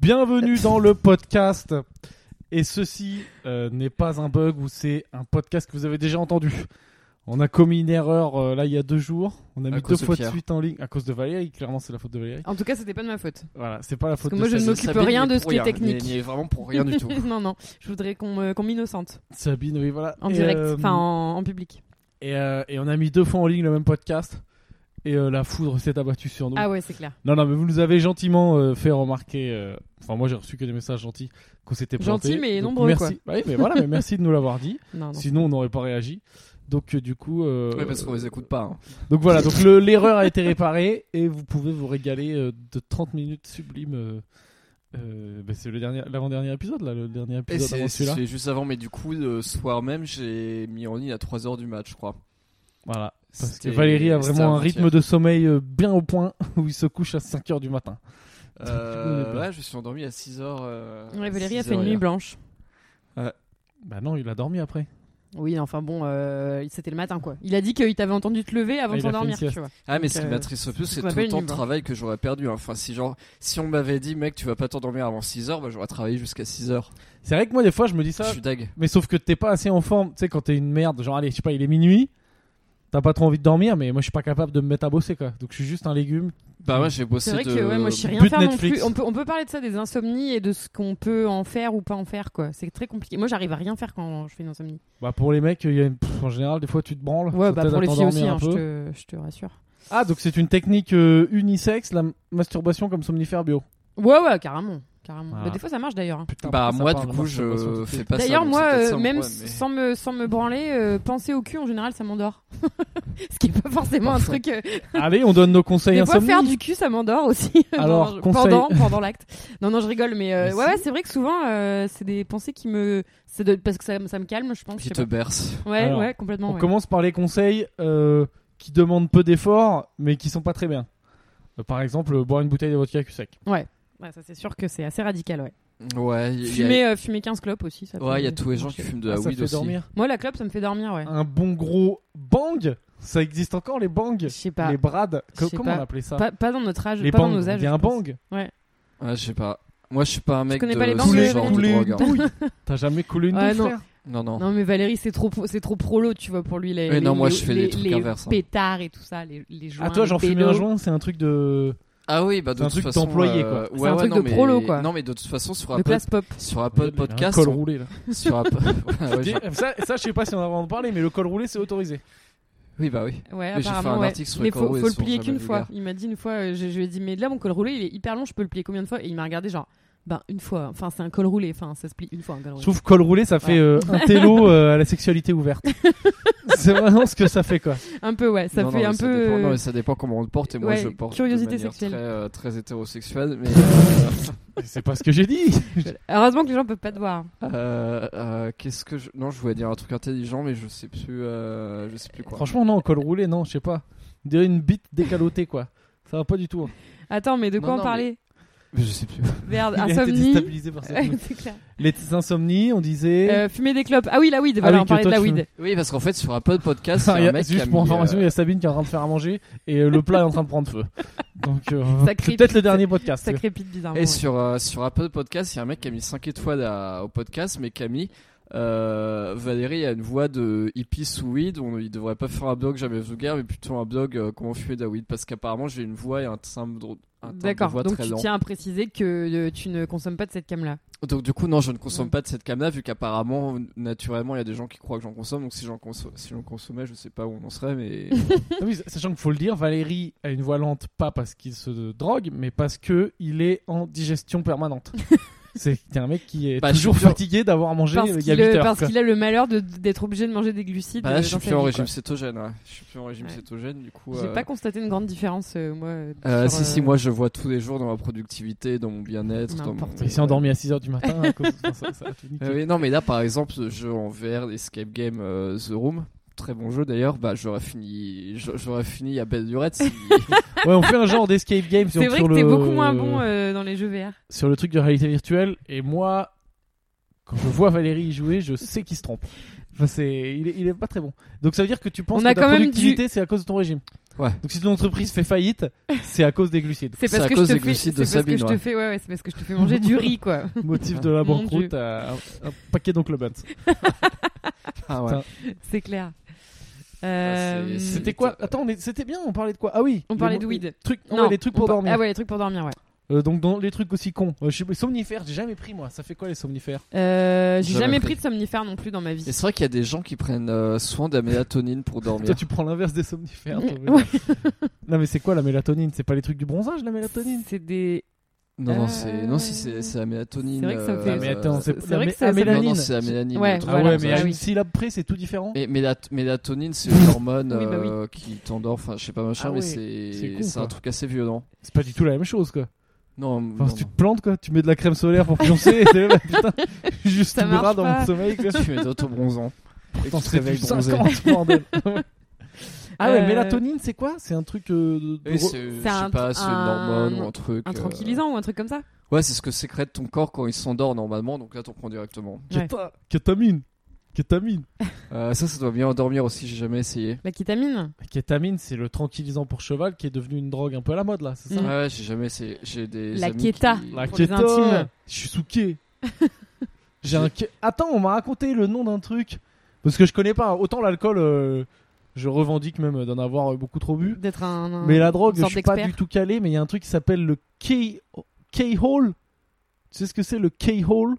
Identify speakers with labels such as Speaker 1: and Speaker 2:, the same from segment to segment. Speaker 1: Bienvenue dans le podcast. Et ceci euh, n'est pas un bug ou c'est un podcast que vous avez déjà entendu. On a commis une erreur euh, là il y a deux jours. On a mis deux
Speaker 2: cause de
Speaker 1: fois de
Speaker 2: Pierre.
Speaker 1: suite en ligne à cause de Valérie. Clairement, c'est la faute de Valérie.
Speaker 3: En tout cas, c'était pas de ma faute.
Speaker 1: Voilà, c'est pas la faute
Speaker 3: Ah. que
Speaker 1: de
Speaker 3: moi, je ne
Speaker 1: Sabine.
Speaker 3: m'occupe rien de ce qui est technique.
Speaker 2: Il est vraiment pour rien du tout.
Speaker 3: non, non, je voudrais qu'on me- qu'on m'innocente
Speaker 1: Sabine, oui, voilà.
Speaker 3: en
Speaker 1: Et,
Speaker 3: direct,
Speaker 1: euh,
Speaker 3: enfin en, en public.
Speaker 1: Et, euh, et on a mis deux fois en ligne le même podcast. Et euh, la foudre s'est abattue sur nous.
Speaker 3: Ah ouais, c'est clair.
Speaker 1: Non, non, mais vous nous avez gentiment euh, fait remarquer. euh, Enfin, moi, j'ai reçu que des messages gentils qu'on s'était planté.
Speaker 3: Gentils, mais
Speaker 1: Donc,
Speaker 3: nombreux,
Speaker 1: Merci. Ah Oui, mais voilà, mais merci de nous l'avoir dit.
Speaker 3: Non, non.
Speaker 1: Sinon, on n'aurait pas réagi. Donc, euh, du coup. euh,
Speaker 2: Ouais, parce qu'on les écoute pas. hein.
Speaker 1: Donc voilà, donc le- l'erreur a été réparée et vous pouvez vous régaler euh, de 30 minutes sublimes. euh, euh, bah, c'est le dernier, l'avant-dernier épisode là, le dernier
Speaker 2: Et
Speaker 1: épisode
Speaker 2: c'est
Speaker 1: avant celui-là.
Speaker 2: c'est juste avant, mais du coup, le soir même, j'ai mis en ligne à 3h du match, je crois.
Speaker 1: Voilà, parce que
Speaker 2: C'était-
Speaker 1: Valérie a
Speaker 2: c'était
Speaker 1: vraiment un
Speaker 2: avant-hier.
Speaker 1: rythme de sommeil euh, bien au point où il se couche à 5 heures du matin.
Speaker 2: Euh,
Speaker 1: Du coup, on est
Speaker 2: ouais, je suis endormi à 6h. Euh,
Speaker 3: Ouais, Valérie a
Speaker 2: 6
Speaker 3: fait
Speaker 2: heures
Speaker 3: une nuit
Speaker 2: hier.
Speaker 3: blanche.
Speaker 1: Bah non, il a dormi après.
Speaker 3: Oui, enfin bon, euh, c'était le matin quoi. Il a dit qu'il t'avait entendu te lever avant
Speaker 1: Ah,
Speaker 3: de
Speaker 1: il a fait
Speaker 3: s'endormir,
Speaker 1: une sieste.
Speaker 3: tu vois.
Speaker 2: Ah, mais ce
Speaker 3: Donc,
Speaker 2: qui
Speaker 3: euh,
Speaker 2: m'attriste le plus, c'est
Speaker 3: qu'on
Speaker 2: tout
Speaker 3: appelle
Speaker 2: le
Speaker 3: une
Speaker 2: temps de
Speaker 3: nuit blanche.
Speaker 2: travail que j'aurais perdu. hein. Enfin, si, genre, si on m'avait dit, mec, tu vas pas t'endormir avant 6h, bah, j'aurais travaillé jusqu'à 6h.
Speaker 1: C'est vrai que moi, des fois, je me dis
Speaker 2: Je
Speaker 1: ça,
Speaker 2: suis deg.
Speaker 1: mais sauf que t'es pas assez en forme. Tu sais, quand t'es une merde, genre, allez, je sais pas, il est minuit, t'as pas trop envie de dormir, mais moi, je suis pas capable de me mettre à bosser quoi. Donc, je suis juste un légume.
Speaker 2: Bah, moi, j'ai bossé
Speaker 3: C'est vrai
Speaker 2: de.
Speaker 3: que ouais, moi je sais rien
Speaker 1: but
Speaker 3: faire
Speaker 1: Netflix.
Speaker 3: non plus. On peut, on peut parler de ça des insomnies et de ce qu'on peut en faire ou pas en faire quoi. C'est très compliqué. Moi j'arrive à rien faire quand je fais une insomnie.
Speaker 1: Bah, pour les mecs, il y a une- pff, en général, des fois, tu te branles.
Speaker 3: Ouais,
Speaker 1: ça
Speaker 3: bah
Speaker 1: t'aide
Speaker 3: pour
Speaker 1: à
Speaker 3: les filles
Speaker 1: t'endormir
Speaker 3: aussi,
Speaker 1: un
Speaker 3: hein, je,
Speaker 1: peu.
Speaker 3: te, je te rassure.
Speaker 1: Ah, donc c'est une technique euh, unisexe, la m- masturbation comme somnifère bio.
Speaker 3: Ouais, ouais, carrément. carrément.
Speaker 1: Voilà.
Speaker 3: Bah, des fois ça marche d'ailleurs. hein.
Speaker 1: Putain,
Speaker 2: Bah,
Speaker 1: pourquoi
Speaker 2: moi,
Speaker 1: ça parle
Speaker 2: du
Speaker 1: de
Speaker 2: coup,
Speaker 1: masturbation tout
Speaker 2: je
Speaker 1: de
Speaker 2: fais
Speaker 1: suite
Speaker 2: pas ça.
Speaker 3: D'ailleurs,
Speaker 2: donc
Speaker 3: moi,
Speaker 2: c'est peut-être
Speaker 3: euh,
Speaker 2: ça mon
Speaker 3: même
Speaker 2: problème, mais-
Speaker 3: sans, me, sans me branler, euh, penser au cul en général, ça m'endort. Ce qui est pas forcément un truc. euh,
Speaker 1: Allez, on donne nos conseils
Speaker 3: des fois,
Speaker 1: insomnie.
Speaker 3: faire du cul, ça m'endort aussi. Non,
Speaker 1: Alors,
Speaker 3: non, je-
Speaker 1: conseil-
Speaker 3: pendant, pendant l'acte. Non, non, je rigole, mais, euh,
Speaker 1: Mais
Speaker 3: ouais,
Speaker 1: si.
Speaker 3: ouais, c'est vrai que souvent, euh, c'est des pensées qui me. c'est de- Parce que ça, ça me calme, je pense. je
Speaker 2: Qui
Speaker 3: sais
Speaker 2: te
Speaker 3: pas.
Speaker 2: berce.
Speaker 3: Ouais,
Speaker 1: Alors,
Speaker 3: ouais, complètement.
Speaker 1: On
Speaker 3: ouais.
Speaker 1: commence par les conseils euh, qui demandent peu d'efforts, mais qui sont pas très bien. Euh, Par exemple, euh, boire une bouteille de vodka cul sec.
Speaker 3: Ouais, ça, c'est sûr que c'est assez radical, ouais.
Speaker 2: Ouais, il y a-
Speaker 3: Fumer, euh, fumer 15 clopes aussi, ça
Speaker 2: Ouais,
Speaker 3: peut-
Speaker 2: il y a tous les gens
Speaker 3: marcher.
Speaker 2: qui fument de
Speaker 1: Ah,
Speaker 2: la
Speaker 1: ça
Speaker 2: weed
Speaker 1: fait
Speaker 2: aussi.
Speaker 1: dormir.
Speaker 3: Moi, la clope, ça me fait dormir, ouais.
Speaker 1: Un bon gros bang, ça existe encore les bangs,
Speaker 3: Je sais pas.
Speaker 1: les brades.
Speaker 3: je sais
Speaker 1: comment
Speaker 3: pas.
Speaker 1: on appelait ça
Speaker 3: Pas, pas dans notre âge,
Speaker 1: Les
Speaker 3: pas
Speaker 1: bangs.
Speaker 3: dans nos âges.
Speaker 1: il y a un
Speaker 3: je pense.
Speaker 1: bang.
Speaker 2: Ouais, je sais pas. Moi, je suis pas un mec
Speaker 3: connais
Speaker 2: de
Speaker 3: pas les bangs,
Speaker 2: ce
Speaker 3: euh,
Speaker 2: genre de
Speaker 1: couler
Speaker 2: drogue.
Speaker 1: une
Speaker 2: hein.
Speaker 1: douille. T'as jamais coulé une
Speaker 3: Ouais,
Speaker 1: douille,
Speaker 3: non.
Speaker 1: frère
Speaker 2: Non, non.
Speaker 3: Non mais Valérie c'est trop pro- c'est trop prolo tu vois pour lui les,
Speaker 2: Oui,
Speaker 3: les-
Speaker 2: non, moi,
Speaker 3: les-
Speaker 2: je fais
Speaker 3: les-
Speaker 2: des trucs
Speaker 3: les
Speaker 2: inverses, hein.
Speaker 3: pétards et tout ça les les joints.
Speaker 1: Ah toi,
Speaker 3: les
Speaker 1: j'en fumais un
Speaker 3: pédos.
Speaker 1: joint, c'est un truc de.
Speaker 2: Ah oui, bah
Speaker 1: C'est
Speaker 2: de
Speaker 1: un
Speaker 2: toute
Speaker 1: truc
Speaker 2: façon.
Speaker 1: d'employé,
Speaker 2: euh,
Speaker 1: quoi.
Speaker 3: C'est un
Speaker 2: ouais,
Speaker 3: truc
Speaker 2: non,
Speaker 3: de
Speaker 2: mais-
Speaker 3: prolo, quoi.
Speaker 2: Non, mais de toute façon, sur
Speaker 3: de
Speaker 2: Apple,
Speaker 3: classe pop.
Speaker 2: sur Apple Podcast,
Speaker 1: Un col
Speaker 2: on-
Speaker 1: roulé là.
Speaker 2: sur Apple. Ouais, ouais, je-
Speaker 1: ça, ça, Ah je sais pas si on en a en parler, mais le col roulé, c'est autorisé.
Speaker 2: Oui, bah oui.
Speaker 3: Ouais
Speaker 2: Mais j'ai fait
Speaker 3: apparemment
Speaker 2: un
Speaker 3: ouais.
Speaker 2: article sur les
Speaker 3: mais faut,
Speaker 2: coraux,
Speaker 3: faut
Speaker 2: ils
Speaker 3: le
Speaker 2: sont
Speaker 3: plier
Speaker 2: jamais
Speaker 3: qu'une fois.
Speaker 2: vulgaires.
Speaker 3: Il m'a dit une fois euh, je, je lui ai dit mais là mon col roulé il est hyper long je peux le plier combien de fois et il m'a regardé genre bah une fois enfin c'est un col roulé enfin ça se plie une fois un col
Speaker 1: Je
Speaker 3: roulé.
Speaker 1: trouve col roulé, ça fait euh, un télo euh, à la sexualité ouverte. c'est vraiment ce que ça fait quoi.
Speaker 3: Un peu ouais ça
Speaker 2: Non, non,
Speaker 3: fait
Speaker 2: mais
Speaker 3: un peu.
Speaker 2: dépend- non,
Speaker 3: euh,
Speaker 2: mais ça dépend comment on le porte. Et moi,
Speaker 3: ouais,
Speaker 2: je le porte. de
Speaker 3: curiosité
Speaker 2: manière
Speaker 3: sexuelle.
Speaker 2: Très, euh, très hétérosexuelle. Mais euh,
Speaker 1: C'est pas ce que j'ai dit.
Speaker 3: Heureusement que les gens peuvent pas te voir.
Speaker 2: euh, euh, qu'est-ce que je. Non, je voulais dire un truc intelligent, mais je sais plus. euh, je sais plus quoi.
Speaker 1: Franchement, non, col roulé, non, je sais pas. On dirait une bite décalotée quoi. Ça va pas du tout. hein.
Speaker 3: Attends mais de
Speaker 2: Non,
Speaker 3: quoi
Speaker 2: non,
Speaker 3: on parlait
Speaker 2: Mais Je sais plus.
Speaker 3: Merde
Speaker 1: Il a été
Speaker 3: insomnie.
Speaker 1: déstabilisé par cette
Speaker 3: Ouais,
Speaker 1: news.
Speaker 3: c'est clair.
Speaker 1: Les insomnies, on disait.
Speaker 3: Euh, Fumer des clopes ah oui la weed
Speaker 1: Ah
Speaker 3: voilà
Speaker 1: oui,
Speaker 3: on
Speaker 1: que
Speaker 3: parlait de
Speaker 1: toi,
Speaker 3: la
Speaker 1: tu
Speaker 3: weed.
Speaker 2: Oui, parce qu'en fait, sur Apple Podcast, c'est
Speaker 1: Ah, il y
Speaker 2: un
Speaker 1: a-
Speaker 2: mec qui a
Speaker 1: juste pour
Speaker 2: mis,
Speaker 1: information,
Speaker 2: euh,
Speaker 1: il y a Sabine qui est en train de faire à manger et euh, le plat est en train de prendre feu. Donc euh,
Speaker 3: Ça
Speaker 1: c'est
Speaker 3: crépite,
Speaker 1: peut-être le
Speaker 3: ça-
Speaker 1: dernier podcast.
Speaker 3: Ça crépite bizarrement.
Speaker 2: Et
Speaker 3: Ah ouais.
Speaker 2: sur, euh, sur Apple Podcast, il y a un mec qui a mis 5 étoiles à- au podcast, mais qui a mis euh, Valérie a une voix de hippie sous weed. On, il devrait pas faire un blog jamais vulgaire, mais plutôt un blog euh, comment fumer de la weed. Parce qu'apparemment, j'ai une voix et un timbre, de- un timbre de
Speaker 3: D'accord,
Speaker 2: voix
Speaker 3: donc
Speaker 2: très
Speaker 3: tu
Speaker 2: lent.
Speaker 3: tiens à préciser que euh, tu ne consommes pas de cette cam là.
Speaker 2: Donc, du coup, non, je ne consomme
Speaker 3: Ouais.
Speaker 2: pas de cette cam-là, vu qu'apparemment, naturellement, il y a des gens qui croient que j'en consomme. Donc, si j'en consomme, si j'en consommais, je sais pas où on en serait, mais.
Speaker 1: Ah oui, sachant qu'il faut le dire, Valérie a une voix lente, pas parce qu'il se drogue, mais parce que il est en digestion permanente. C'est t'es un mec qui est
Speaker 2: Bah, je
Speaker 1: toujours
Speaker 2: suis sûr.
Speaker 1: fatigué d'avoir mangé
Speaker 3: Parce
Speaker 1: euh, il y
Speaker 3: qu'il
Speaker 1: a 8
Speaker 3: euh,
Speaker 1: heures.
Speaker 3: parce
Speaker 1: quoi.
Speaker 3: qu'il a le malheur de- d'être obligé de manger des glucides.
Speaker 2: bah là,
Speaker 3: euh,
Speaker 2: je suis
Speaker 3: dans sa
Speaker 2: plus en
Speaker 3: vie,
Speaker 2: régime
Speaker 3: quoi.
Speaker 2: cétogène, ouais. Je suis plus en régime
Speaker 3: Ouais.
Speaker 2: cétogène, du coup.
Speaker 3: J'ai
Speaker 2: euh,
Speaker 3: pas constaté une grande différence, euh, moi. euh,
Speaker 2: Euh,
Speaker 3: sur,
Speaker 2: si, si,
Speaker 3: euh,
Speaker 2: moi je vois tous les jours dans ma productivité, dans mon bien-être. dans mon-
Speaker 3: N'importe
Speaker 1: Il s'est endormi à 6 heures du matin. à cause- enfin, ça- ça a tout niqué.
Speaker 3: Ah
Speaker 2: Euh, oui, non, mais là par exemple, ce jeu en VR, Escape Game euh, The Room, très bon jeu d'ailleurs, bah, j'aurais fini j'a- j'aurais fini à belle durette si.
Speaker 1: Ouais, on fait un genre d'escape game sur,
Speaker 3: C'est vrai
Speaker 1: sur
Speaker 3: que
Speaker 1: le
Speaker 3: t'es beaucoup moins bon euh, dans les jeux VR.
Speaker 1: sur le truc de réalité virtuelle. Et moi, quand je vois Valérie y jouer, je sais qu'il se trompe. Enfin, c'est il, est, il est pas très bon. Donc ça veut dire que tu penses
Speaker 3: On a
Speaker 1: que ta
Speaker 3: quand même
Speaker 1: productivité c'est à cause de ton régime.
Speaker 2: Ouais.
Speaker 1: Donc si ton entreprise fait faillite, c'est à cause des glucides.
Speaker 3: C'est
Speaker 2: C'est
Speaker 3: parce
Speaker 2: à
Speaker 3: que
Speaker 2: cause
Speaker 3: je
Speaker 2: des
Speaker 3: te fais,
Speaker 2: glucides
Speaker 3: c'est
Speaker 2: de
Speaker 3: parce
Speaker 2: Sabine,
Speaker 3: que je
Speaker 2: ouais.
Speaker 3: te fais, ouais, ouais, c'est parce que je te fais manger du riz, quoi.
Speaker 1: Motif de la
Speaker 3: Mon
Speaker 1: banqueroute à, à- un paquet d'oncle Bunt.
Speaker 2: Ah
Speaker 1: Putain.
Speaker 2: ouais.
Speaker 3: C'est clair. Euh,
Speaker 2: Ah, c'est-
Speaker 1: C'était quoi Attends, on est- c'était bien, on parlait de quoi Ah oui
Speaker 3: On
Speaker 1: les
Speaker 3: parlait
Speaker 1: mo-
Speaker 3: de weed.
Speaker 1: Trucs, ouais,
Speaker 3: Non,
Speaker 1: les trucs
Speaker 3: on
Speaker 1: pour
Speaker 3: par-
Speaker 1: dormir.
Speaker 3: Ah ouais, les trucs pour dormir, ouais.
Speaker 1: Euh, donc dans les trucs aussi cons. Euh, je sais pas, somnifères, j'ai jamais pris moi. Ça fait quoi les somnifères
Speaker 3: Euh, j'ai
Speaker 2: Jamais
Speaker 3: jamais
Speaker 2: pris.
Speaker 3: pris de somnifère non plus dans ma
Speaker 2: Et
Speaker 3: vie.
Speaker 2: c'est vrai qu'il y a des gens qui prennent euh, soin de la mélatonine pour dormir.
Speaker 1: Toi tu prends l'inverse des somnifères. toi, mais-
Speaker 3: Ouais.
Speaker 1: Non mais c'est quoi la mélatonine C'est pas les trucs du bronzage la mélatonine
Speaker 3: C'est des.
Speaker 2: Non, non,
Speaker 3: Euh,
Speaker 2: c'est non, si c'est c'est la mélatonine.
Speaker 3: c'est vrai que ça me fait-
Speaker 2: euh,
Speaker 1: Ah, mais attends, c'est
Speaker 3: c'est
Speaker 1: la
Speaker 3: vrai
Speaker 1: mé-
Speaker 3: que ça-
Speaker 1: la
Speaker 3: ça me-
Speaker 2: Non,
Speaker 1: mélanine.
Speaker 2: non, c'est la mélanine.
Speaker 3: Ouais,
Speaker 2: le truc
Speaker 1: Ah
Speaker 3: Voilà,
Speaker 1: ouais,
Speaker 2: comme
Speaker 1: mais
Speaker 2: ça.
Speaker 1: à
Speaker 3: oui.
Speaker 1: une syllabe près, c'est tout différent.
Speaker 2: Mais mélat- mélatonine, c'est une hormone
Speaker 3: Oui, bah oui.
Speaker 2: euh, qui t'endort, enfin je sais pas machin,
Speaker 1: Ah
Speaker 2: mais
Speaker 1: ouais. C'est
Speaker 2: c'est
Speaker 1: con,
Speaker 2: c'est un
Speaker 1: quoi.
Speaker 2: truc assez violent.
Speaker 1: C'est pas du tout la même chose quoi.
Speaker 2: Non,
Speaker 1: Enfin,
Speaker 2: non,
Speaker 1: si tu
Speaker 2: non.
Speaker 1: te plantes quoi, tu mets de la crème solaire pour pioncer et t'es là, putain, juste
Speaker 3: Ça
Speaker 1: tout brun
Speaker 3: marche
Speaker 1: dans mon
Speaker 3: pas.
Speaker 1: sommeil quoi.
Speaker 2: tu mets d'autobronzants. Et
Speaker 1: T'en
Speaker 2: tu te
Speaker 1: serais
Speaker 2: réveilles
Speaker 1: plus
Speaker 2: bronzé.
Speaker 1: 50 bordel. Ah ouais,
Speaker 3: Euh,
Speaker 1: mélatonine c'est quoi C'est un truc euh, de- de
Speaker 2: Oui,
Speaker 1: re-
Speaker 2: c'est je
Speaker 3: C'est
Speaker 2: sais
Speaker 3: un-
Speaker 2: pas, c'est une hormone
Speaker 3: un-
Speaker 2: ou un truc.
Speaker 3: Un
Speaker 2: euh,
Speaker 3: tranquillisant ou un truc comme ça
Speaker 2: Ouais, c'est ce que sécrète ton corps quand il s'endort normalement, donc là t'en prends directement.
Speaker 3: Ouais.
Speaker 1: Keta- Kétamine. Kétamine.
Speaker 2: Euh, ça, ça doit bien endormir aussi, j'ai jamais essayé.
Speaker 3: La kétamine
Speaker 1: Kétamine, c'est le tranquillisant pour cheval qui est devenu une drogue un peu à la mode là, c'est ça
Speaker 3: Mm.
Speaker 2: Ouais, ouais, j'ai jamais essayé. J'ai des.
Speaker 3: La
Speaker 2: amis
Speaker 3: keta.
Speaker 2: qui-
Speaker 1: La
Speaker 3: Pour les
Speaker 1: kéta,
Speaker 3: intimes.
Speaker 1: Je suis souqué. J'ai un. ké- Attends, on m'a raconté le nom d'un truc parce que je connais pas. Autant l'alcool, euh, je revendique même d'en avoir euh, beaucoup trop bu.
Speaker 3: D'être un. un-
Speaker 1: Mais la drogue,
Speaker 3: une
Speaker 1: je
Speaker 3: sorte
Speaker 1: suis pas
Speaker 3: d'expert.
Speaker 1: du tout calé, mais il y a un truc qui s'appelle le K- K-hole. Tu sais ce que c'est le K-hole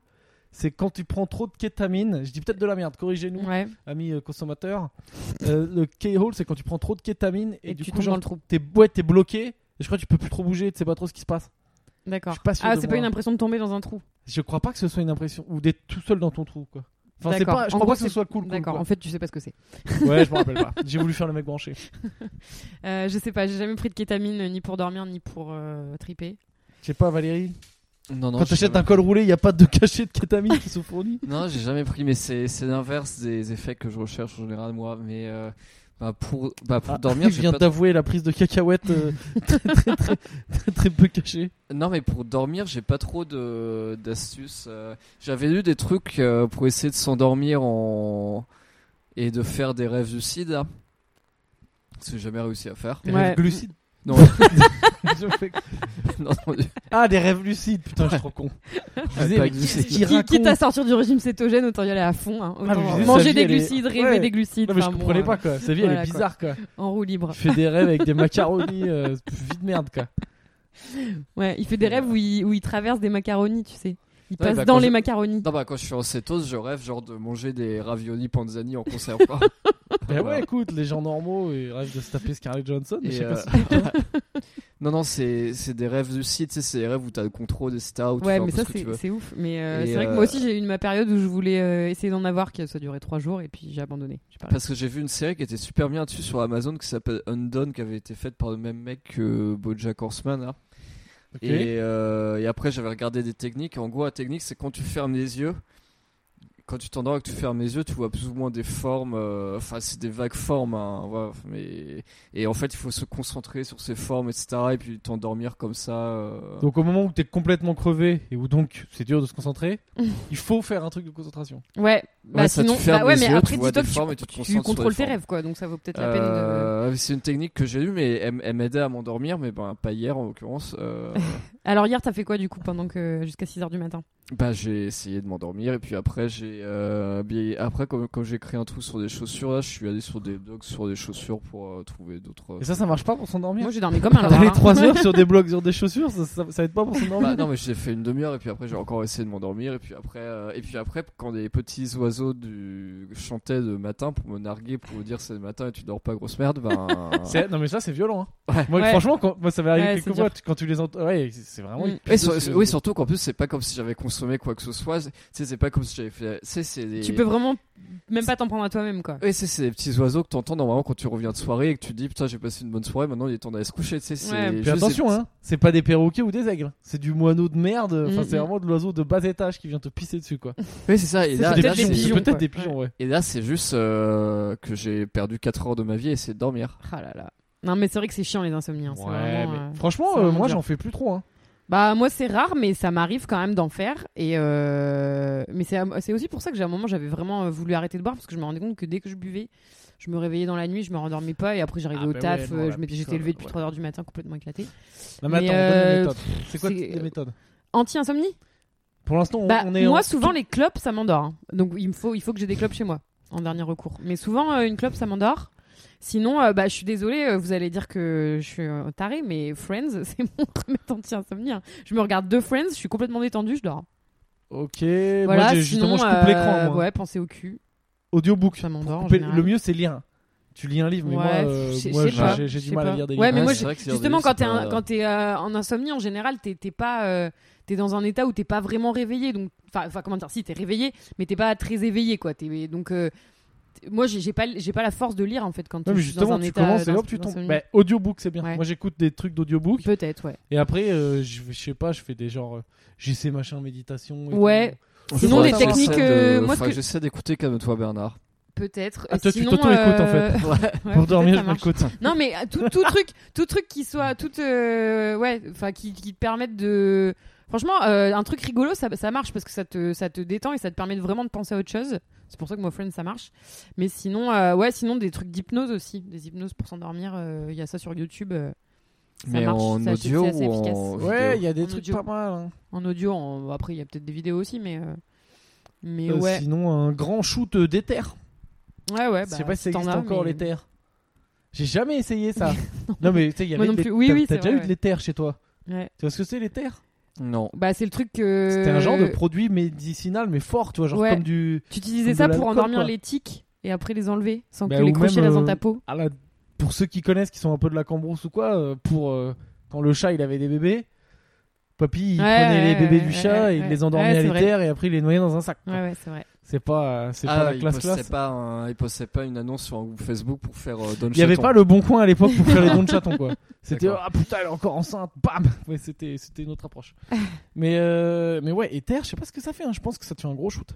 Speaker 1: C'est quand tu prends trop de kétamine. Je dis peut-être de la merde, corrigez-nous,
Speaker 3: Ouais.
Speaker 1: amis euh, consommateurs. Euh, le K-hole, c'est quand tu prends trop de kétamine et,
Speaker 3: Et
Speaker 1: du
Speaker 3: tu
Speaker 1: coup,
Speaker 3: tombes dans
Speaker 1: genre,
Speaker 3: le trou.
Speaker 1: t'es ouais, t'es bloqué. Et je crois que tu peux plus trop bouger, tu sais pas trop ce qui se passe. Je
Speaker 3: D'accord.
Speaker 1: suis pas sûr
Speaker 3: Ah,
Speaker 1: de
Speaker 3: c'est pas
Speaker 1: moi.
Speaker 3: une impression de tomber dans un trou.
Speaker 1: Je crois pas que ce soit une impression ou d'être tout seul dans ton trou quoi. Enfin, c'est
Speaker 3: D'accord.
Speaker 1: pas, je crois
Speaker 3: En gros,
Speaker 1: pas que ce
Speaker 3: c'est-
Speaker 1: soit cool. cool,
Speaker 3: D'accord,
Speaker 1: quoi.
Speaker 3: en fait, tu sais pas ce que c'est.
Speaker 1: Ouais, je me rappelle pas. J'ai voulu faire le mec branché.
Speaker 3: Euh, je sais pas, j'ai jamais pris de kétamine euh, ni pour dormir ni pour euh, triper.
Speaker 1: Je sais pas, Valérie.
Speaker 2: Non, non,
Speaker 1: Quand
Speaker 2: j'ai
Speaker 1: t'achètes
Speaker 2: jamais-
Speaker 1: un col roulé, il y a pas de cachet de kétamine qui se fournit.
Speaker 2: Non, j'ai jamais pris, mais c'est c'est l'inverse des effets que je recherche en général, moi. Mais euh, bah, pour, bah, pour
Speaker 1: Ah,
Speaker 2: dormir,
Speaker 1: je
Speaker 2: j'ai
Speaker 1: viens
Speaker 2: pas-
Speaker 1: d'avouer la prise de cacahuète euh, très, très, très, très, très peu cachée.
Speaker 2: Non, mais pour dormir, j'ai pas trop de d'astuces. euh. J'avais lu des trucs euh, pour essayer de s'endormir en et de faire des rêves lucides. Là. Ce que j'ai jamais réussi à faire.
Speaker 1: Des
Speaker 3: Ouais.
Speaker 1: rêves glucides.
Speaker 2: Non,
Speaker 1: Je fais-
Speaker 2: non, non,
Speaker 1: ah, des rêves lucides. Putain, je suis trop con. Je disais,
Speaker 2: pas
Speaker 1: mais qu'est-ce
Speaker 2: glucides.
Speaker 1: qu'il
Speaker 3: Qui,
Speaker 1: raconte
Speaker 3: quitte à sortir du régime cétogène, autant y aller à fond. hein.
Speaker 1: Ah,
Speaker 3: Autant
Speaker 1: mais sa
Speaker 3: manger
Speaker 1: vie,
Speaker 3: des
Speaker 1: elle est-
Speaker 3: glucides, rêver
Speaker 1: Ouais.
Speaker 3: des glucides.
Speaker 1: Non, mais je
Speaker 3: enfin, bon,
Speaker 1: comprenais
Speaker 3: euh,
Speaker 1: pas quoi. Sa vie, elle
Speaker 3: voilà,
Speaker 1: est
Speaker 3: quoi.
Speaker 1: bizarre quoi.
Speaker 3: En roue libre.
Speaker 1: Je fais des rêves avec des macaronis. Euh, vite merde quoi.
Speaker 3: Ouais, il fait des rêves où il, où il traverse des macaronis, tu sais. Il
Speaker 2: Ouais,
Speaker 3: passe
Speaker 2: bah, quand
Speaker 3: dans les
Speaker 2: je-
Speaker 3: macaronis.
Speaker 2: bah quand je suis en cétose, je rêve genre de manger des raviolis panzani en conserve. quoi.
Speaker 1: Ben ouais,
Speaker 2: Voilà.
Speaker 1: écoute, les gens normaux ils rêvent de se taper Scarlett Johnson. mais
Speaker 2: Et,
Speaker 1: je sais pas
Speaker 2: euh,
Speaker 1: si-
Speaker 2: non, non, c'est c'est des rêves lucides, tu sais, c'est des rêves où t'as le contrôle, etc. Où tu fais
Speaker 3: Ouais,
Speaker 2: un
Speaker 3: mais
Speaker 2: peu
Speaker 3: ça,
Speaker 2: ce que tu
Speaker 3: c'est
Speaker 2: veux.
Speaker 3: c'est ouf. Mais euh,
Speaker 2: Et,
Speaker 3: c'est vrai que
Speaker 2: euh,
Speaker 3: moi aussi, j'ai eu une- ma période où je voulais euh, essayer d'en avoir, que ça durait trois jours, et puis j'ai abandonné. J'ai pas
Speaker 2: Parce que j'ai vu une série qui était super bien dessus sur Amazon qui s'appelle Undone, qui avait été faite par le même mec que Bojack Horseman. là.
Speaker 1: Ok.
Speaker 2: Et, euh, et après, j'avais regardé des techniques. En gros, la technique, c'est quand tu fermes les yeux, quand tu t'endors et que tu fermes les yeux, tu vois plus ou moins des formes. euh, Enfin, c'est des vagues formes. hein, ouais, mais et en fait, il faut se concentrer sur ces formes, etc. Et puis t'endormir comme ça. euh.
Speaker 1: Donc au moment où t'es complètement crevé et où donc c'est dur de se concentrer, il faut faire un truc de concentration.
Speaker 3: Ouais, bah
Speaker 2: ça, tu
Speaker 3: sinon,
Speaker 2: fermes
Speaker 3: bah ouais,
Speaker 2: les
Speaker 3: mais
Speaker 2: yeux,
Speaker 3: après,
Speaker 2: tu vois
Speaker 3: dis-toi
Speaker 2: des formes et tu
Speaker 3: que
Speaker 2: te
Speaker 3: tu,
Speaker 2: concentres
Speaker 3: tu
Speaker 2: sur les
Speaker 3: contrôles tes
Speaker 2: formes.
Speaker 3: rêves, quoi, donc ça vaut peut-être la peine de.
Speaker 2: Euh, C'est une technique que j'ai eue, mais elle, elle m'aidait à m'endormir, mais ben, pas hier en l'occurrence. euh,
Speaker 3: Alors, hier, t'as fait quoi, du coup, pendant que. euh, jusqu'à 6 h du matin
Speaker 2: Bah, j'ai essayé de m'endormir et puis après j'ai euh, bien- après quand, quand j'ai créé un trou sur des chaussures là, je suis allé sur des blogs sur des chaussures pour euh, trouver d'autres.
Speaker 1: Et ça, ça marche pas pour s'endormir.
Speaker 3: Moi, j'ai dormi comme un lard.
Speaker 1: Aller
Speaker 3: hein.
Speaker 1: 3 heures sur des blogs, sur des chaussures, ça, ça, ça aide pas pour
Speaker 2: Bah,
Speaker 1: s'endormir.
Speaker 2: non mais j'ai fait une demi-heure et puis après j'ai encore essayé de m'endormir et puis après euh, et puis après quand des petits oiseaux du chantaient le matin pour me narguer pour me dire c'est le matin et tu dors pas grosse merde ben
Speaker 1: C'est- non mais ça c'est violent. hein.
Speaker 2: Ouais.
Speaker 1: Moi
Speaker 3: Ouais.
Speaker 1: franchement, quand, moi ça m'est arrivé
Speaker 3: Ouais,
Speaker 1: quelques
Speaker 3: c'est
Speaker 1: fois tu- quand tu les entends. Ouais, c'est- c'est vraiment.
Speaker 3: Mm.
Speaker 1: une euh,
Speaker 2: Et
Speaker 1: puce
Speaker 2: sur-
Speaker 1: de-
Speaker 2: oui surtout qu'en plus c'est pas comme si j'avais consommé quoi que ce soit tu sais c'est pas comme si j'avais fait tu sais, c'est des-
Speaker 3: Tu peux vraiment même pas t'en prendre à toi-même, quoi.
Speaker 2: Oui, c'est c'est des petits oiseaux que t'entends normalement quand tu reviens de soirée et que tu te dis putain j'ai passé une bonne soirée, maintenant il est temps d'aller se coucher, tu sais. c'est
Speaker 3: Ouais. Puis
Speaker 1: Puis
Speaker 2: juste des
Speaker 1: attention,
Speaker 2: petits-
Speaker 1: hein, c'est pas des perroquets ou des aigles, c'est du moineau de merde. Enfin,
Speaker 3: Mm,
Speaker 1: c'est
Speaker 3: mm.
Speaker 1: vraiment de l'oiseau de bas étage qui vient te pisser dessus quoi.
Speaker 2: Oui, c'est ça. Et
Speaker 3: hein.
Speaker 2: là,
Speaker 1: C'est
Speaker 3: C'est
Speaker 2: là,
Speaker 1: peut-être
Speaker 3: des
Speaker 2: c'est-
Speaker 1: des
Speaker 3: pigeons,
Speaker 1: pigeons. Peut-être
Speaker 3: quoi.
Speaker 1: des pigeons, ouais.
Speaker 2: et là, c'est juste euh, que j'ai perdu 4 heures de ma vie et essayer de dormir.
Speaker 3: Ah là là. Non, mais c'est vrai que c'est chiant, les insomnies. hein, c'est
Speaker 1: Ouais,
Speaker 3: vraiment,
Speaker 1: mais
Speaker 3: euh,
Speaker 1: Franchement,
Speaker 3: c'est
Speaker 1: euh,
Speaker 3: vraiment
Speaker 1: moi
Speaker 3: dur.
Speaker 1: j'en fais plus trop. hein.
Speaker 3: Bah moi c'est rare mais ça m'arrive quand même d'en faire et euh, mais c'est c'est aussi pour ça que j'ai un moment j'avais vraiment euh, voulu arrêter de boire parce que je me rendais compte que dès que je buvais Je me réveillais dans la nuit, je me rendormais pas et après j'arrivais
Speaker 1: Ah
Speaker 3: au
Speaker 1: bah
Speaker 3: taf,
Speaker 1: ouais, non,
Speaker 3: euh,
Speaker 1: la
Speaker 3: je m'étais- j'étais
Speaker 1: putain,
Speaker 3: levée depuis
Speaker 1: ouais.
Speaker 3: 3h du matin complètement éclatée.
Speaker 1: Non, mais,
Speaker 3: Mais,
Speaker 1: attends, on donne les
Speaker 3: euh,
Speaker 1: méthodes. C'est quoi
Speaker 3: c'est-
Speaker 1: les méthodes
Speaker 3: Anti-insomnie
Speaker 1: Pour l'instant, on,
Speaker 3: Bah,
Speaker 1: on est.
Speaker 3: moi,
Speaker 1: en-
Speaker 3: souvent, les clopes, ça m'endort. hein. Donc, il me faut, il faut que j'ai des clopes chez moi, en dernier recours. Mais souvent, euh, une clope, ça m'endort. Sinon, euh, bah, je suis désolée, euh, vous allez dire que je suis euh, tarée, mais Friends, c'est mon remède anti-insomnie. hein. Je me regarde deux Friends, je suis complètement détendue, je dors. hein.
Speaker 1: Ok,
Speaker 3: voilà,
Speaker 1: moi, j'ai-
Speaker 3: sinon,
Speaker 1: justement, je coupe
Speaker 3: euh,
Speaker 1: l'écran. moi.
Speaker 3: ouais, pensez au cul,
Speaker 1: Audiobook.
Speaker 3: ça m'endort. en
Speaker 1: Couper-
Speaker 3: général.
Speaker 1: le mieux, c'est lire. Tu lis un livre, mais
Speaker 3: Ouais,
Speaker 1: moi, euh,
Speaker 3: je- je
Speaker 1: moi,
Speaker 3: sais
Speaker 1: j'ai-
Speaker 2: pas,
Speaker 1: j'ai j'ai
Speaker 3: je
Speaker 1: du
Speaker 3: sais
Speaker 1: mal à
Speaker 3: pas.
Speaker 1: lire des
Speaker 3: Ouais,
Speaker 1: livres.
Speaker 3: mais moi,
Speaker 2: c'est
Speaker 3: je-
Speaker 2: vrai que c'est
Speaker 3: Justement, quand t'es
Speaker 2: un
Speaker 3: un- quand t'es euh, en insomnie, en général, t'es t'es pas euh, t'es dans un état où t'es pas vraiment réveillé. Donc, enfin, enfin, comment dire, si t'es réveillé, mais t'es pas très éveillé, quoi. T'es- donc, euh, t- moi, j'ai j'ai pas j'ai pas la force de lire en fait quand
Speaker 1: Non,
Speaker 3: je
Speaker 1: mais
Speaker 3: suis dans
Speaker 1: justement,
Speaker 3: un
Speaker 1: tu
Speaker 3: état
Speaker 1: commences et
Speaker 3: d'ins-
Speaker 1: hop, tu tombes.
Speaker 3: d'insomnie.
Speaker 1: Bah, audiobook, c'est bien.
Speaker 3: Ouais.
Speaker 1: Moi, j'écoute des trucs d'audiobook.
Speaker 3: Peut-être, ouais.
Speaker 1: Et après, euh, je je sais pas, je fais des genres. euh, J'ai ces machins méditation. et
Speaker 3: Ouais.
Speaker 1: tout.
Speaker 3: Sinon,
Speaker 1: Faudrait
Speaker 3: des
Speaker 1: savoir.
Speaker 3: techniques, euh, moi, ce que-
Speaker 2: j'essaie d'écouter comme toi, Bernard.
Speaker 3: Peut-être.
Speaker 1: Ah,
Speaker 3: Et
Speaker 1: toi, tu
Speaker 3: sinon,
Speaker 1: t'auto-écoutes, en fait.
Speaker 3: euh, ouais,
Speaker 1: Pour
Speaker 3: peut-être,
Speaker 1: dormir,
Speaker 3: ça
Speaker 1: je
Speaker 3: marche.
Speaker 1: m'écoute.
Speaker 3: Non, mais euh, tout, tout truc, tout truc qui soit, tout, euh, ouais, enfin, qui, qui te permette de. Franchement, euh, un truc rigolo, ça, ça marche parce que ça te, ça te détend et ça te permet de vraiment de penser à autre chose. C'est pour ça que moi, Friends, ça marche. Mais sinon, euh, ouais, sinon des trucs d'hypnose aussi, des hypnoses pour s'endormir. euh, Il y a ça sur YouTube. euh, ça
Speaker 2: Mais
Speaker 3: marche,
Speaker 2: en
Speaker 3: ça, c'est-
Speaker 2: audio
Speaker 3: c'est assez
Speaker 2: ou
Speaker 3: efficace.
Speaker 2: en vidéo
Speaker 1: Ouais, il y a des
Speaker 3: En
Speaker 1: trucs
Speaker 3: audio.
Speaker 1: pas mal. hein.
Speaker 3: En audio, en- après, il y a peut-être des vidéos aussi, mais. euh, Mais
Speaker 1: Euh,
Speaker 3: ouais.
Speaker 1: Sinon, un grand shoot euh, d'éther.
Speaker 3: ouais, ouais,
Speaker 1: je
Speaker 3: bah,
Speaker 1: sais pas si ça
Speaker 3: t'en
Speaker 1: existe
Speaker 3: as,
Speaker 1: encore
Speaker 3: mais-
Speaker 1: l'éther. J'ai jamais essayé ça. non, mais tu sais, il y
Speaker 3: Moi
Speaker 1: avait
Speaker 3: non
Speaker 1: de l'é-
Speaker 3: plus. Oui,
Speaker 1: t'as-
Speaker 3: oui,
Speaker 1: T'as
Speaker 3: c'est
Speaker 1: déjà eu
Speaker 3: vrai,
Speaker 1: de
Speaker 3: ouais.
Speaker 1: l'éther chez toi.
Speaker 3: Ouais.
Speaker 1: Tu vois ce que c'est l'éther
Speaker 2: Non.
Speaker 3: Bah, c'est le truc que.
Speaker 1: C'était un genre de produit médicinal, mais fort, tu vois, genre
Speaker 3: Ouais.
Speaker 1: comme du.
Speaker 3: Tu utilisais
Speaker 1: de
Speaker 3: ça pour
Speaker 1: l'alcool,
Speaker 3: endormir
Speaker 1: quoi.
Speaker 3: les tiques et après les enlever sans
Speaker 1: Bah,
Speaker 3: que
Speaker 1: ou
Speaker 3: les crochets
Speaker 1: même,
Speaker 3: restent dans
Speaker 1: euh,
Speaker 3: ta peau.
Speaker 1: à la- Pour ceux qui connaissent, qui sont un peu de la cambrousse ou quoi, euh, pour euh, quand le chat il avait des bébés, papy il
Speaker 3: Ouais,
Speaker 1: prenait les
Speaker 3: ouais,
Speaker 1: bébés
Speaker 3: ouais,
Speaker 1: du
Speaker 3: ouais,
Speaker 1: chat
Speaker 3: ouais,
Speaker 1: et il
Speaker 3: ouais.
Speaker 1: les endormait
Speaker 3: Ouais,
Speaker 1: à
Speaker 3: c'est vrai.
Speaker 1: l'éther et après il les noyait dans un sac. quoi.
Speaker 3: Ouais, ouais, c'est vrai.
Speaker 1: C'est pas, euh, c'est
Speaker 2: Ah,
Speaker 1: pas la
Speaker 2: il
Speaker 1: classe
Speaker 2: postait
Speaker 1: classe.
Speaker 2: Pas un- il postait pas une annonce sur un groupe Facebook pour faire euh, Don
Speaker 1: Il y avait
Speaker 2: Chaton.
Speaker 1: pas le bon coin à l'époque pour faire les dons de chaton quoi. C'était
Speaker 2: D'accord.
Speaker 1: ah putain elle est encore enceinte, bam. Ouais, c'était c'était une autre approche. mais euh, mais ouais, éther, je sais pas ce que ça fait. hein. Je pense que ça te fait un gros shoot.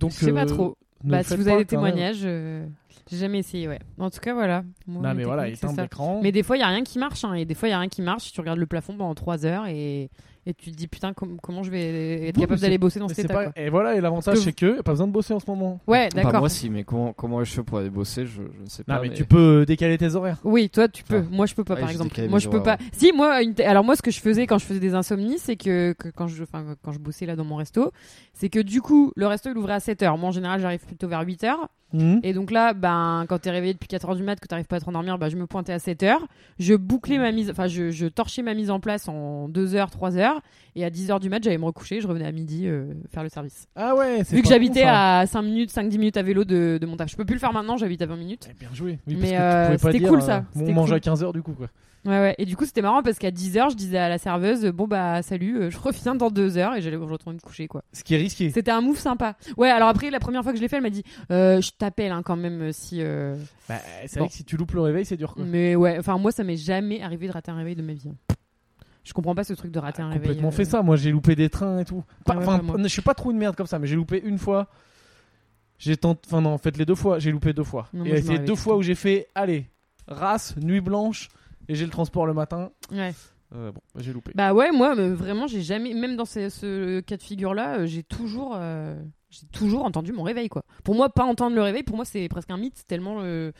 Speaker 1: Donc
Speaker 3: Je sais
Speaker 1: euh,
Speaker 3: pas trop.
Speaker 1: ne
Speaker 3: Bah,
Speaker 1: le
Speaker 3: si
Speaker 1: faites
Speaker 3: vous
Speaker 1: pas,
Speaker 3: avez des
Speaker 1: quand même.
Speaker 3: témoignages, euh, j'ai jamais essayé, ouais. En tout cas, voilà. Moi,
Speaker 1: Non
Speaker 3: mes
Speaker 1: mais voilà,
Speaker 3: techniques, c'est
Speaker 1: éteindre
Speaker 3: ça.
Speaker 1: l'écran.
Speaker 3: Mais des fois, il y a rien qui marche, hein, et des fois, il y a rien qui marche. Tu regardes le plafond pendant 3 heures et, et tu te dis putain, com- comment je vais être
Speaker 1: Oui, mais
Speaker 3: capable
Speaker 1: c'est-
Speaker 3: d'aller bosser dans
Speaker 1: Mais
Speaker 3: cet
Speaker 1: c'est
Speaker 3: état
Speaker 1: pas-
Speaker 3: quoi.
Speaker 1: Et voilà, et l'avantage
Speaker 3: Parce que-
Speaker 1: c'est que pas besoin de bosser en ce moment.
Speaker 3: Ouais,
Speaker 2: Bah,
Speaker 3: d'accord.
Speaker 2: moi, si, mais comment, comment je fais pour aller bosser je, je ne sais pas.
Speaker 1: Non mais tu peux décaler tes horaires.
Speaker 3: Oui, toi tu peux.
Speaker 2: Ah.
Speaker 3: Moi je peux pas
Speaker 2: Ouais,
Speaker 3: par
Speaker 2: j'ai
Speaker 3: exemple.
Speaker 2: décalé
Speaker 3: Moi
Speaker 2: mes
Speaker 3: je peux pas.
Speaker 2: horaires,
Speaker 3: Si moi une t- alors moi ce que je faisais quand je faisais des insomnies, c'est que, que quand je enfin quand je bossais là dans mon resto, c'est que du coup, le resto il ouvrait à 7h. Moi en général, j'arrive plutôt vers 8h
Speaker 1: Mhm.
Speaker 3: et donc là ben quand t'es réveillé depuis 4h du mat que t'arrives pas à te rendormir, bah je me pointais à 7h, je bouclais ma mise enfin je, je torchais ma mise en place en 2h, 3h et à 10h du mat, j'allais me recoucher, je revenais à midi euh, faire le service.
Speaker 1: Ah ouais, c'est
Speaker 3: Vu que
Speaker 1: pas hein. con,
Speaker 3: j'habitais
Speaker 1: ça.
Speaker 3: à 5 minutes, 5 10 minutes à vélo de, de mon taf. Je peux plus le faire maintenant, j'habite à 20 minutes.
Speaker 1: Eh, Bien joué. Oui, parce que
Speaker 3: Mais,
Speaker 1: tu
Speaker 3: euh,
Speaker 1: pouvais pas
Speaker 3: c'était
Speaker 1: dire,
Speaker 3: cool, ça.
Speaker 1: euh, bon,
Speaker 3: C'était
Speaker 1: on mange
Speaker 3: cool.
Speaker 1: à 15h du coup quoi.
Speaker 3: Ouais, ouais. Et du coup, c'était marrant parce qu'à 10h, je disais à la serveuse, bon bah salut, euh, je reviens dans 2 heures et j'allais je retourner me coucher quoi.
Speaker 1: Ce qui est risqué.
Speaker 3: C'était un move sympa. Ouais, alors après, la première fois que je l'ai fait, elle m'a dit, euh, je t'appelle hein, quand même euh, si. euh,
Speaker 1: Bah, c'est
Speaker 3: Bon.
Speaker 1: vrai que si tu loupes le réveil, c'est dur quoi.
Speaker 3: Mais ouais, enfin, moi, ça m'est jamais arrivé de rater un réveil de ma vie. hein. Je comprends pas ce truc de rater un réveil.
Speaker 1: Ah, complètement
Speaker 3: euh.
Speaker 1: fait ça. Moi, j'ai loupé des trains et tout. Pas-
Speaker 3: ouais,
Speaker 1: enfin,
Speaker 3: ouais, moi.
Speaker 1: Je suis pas trop une merde comme ça, mais j'ai loupé une fois. J'ai tenté. Enfin, non, en fait, les deux fois. J'ai loupé deux fois.
Speaker 3: Non, moi, je
Speaker 1: et
Speaker 3: me
Speaker 1: c'est
Speaker 3: réveille
Speaker 1: deux
Speaker 3: tout le
Speaker 1: fois où j'ai fait allez, race, nuit blanche, et j'ai le transport le matin.
Speaker 3: Ouais.
Speaker 1: Euh, bon, j'ai loupé.
Speaker 3: Bah ouais, moi, mais vraiment, j'ai jamais, même dans ce, ce cas de figure-là, euh, j'ai toujours, euh, j'ai toujours entendu mon réveil quoi. Pour moi, pas entendre le réveil, pour moi, c'est presque un mythe tellement. euh,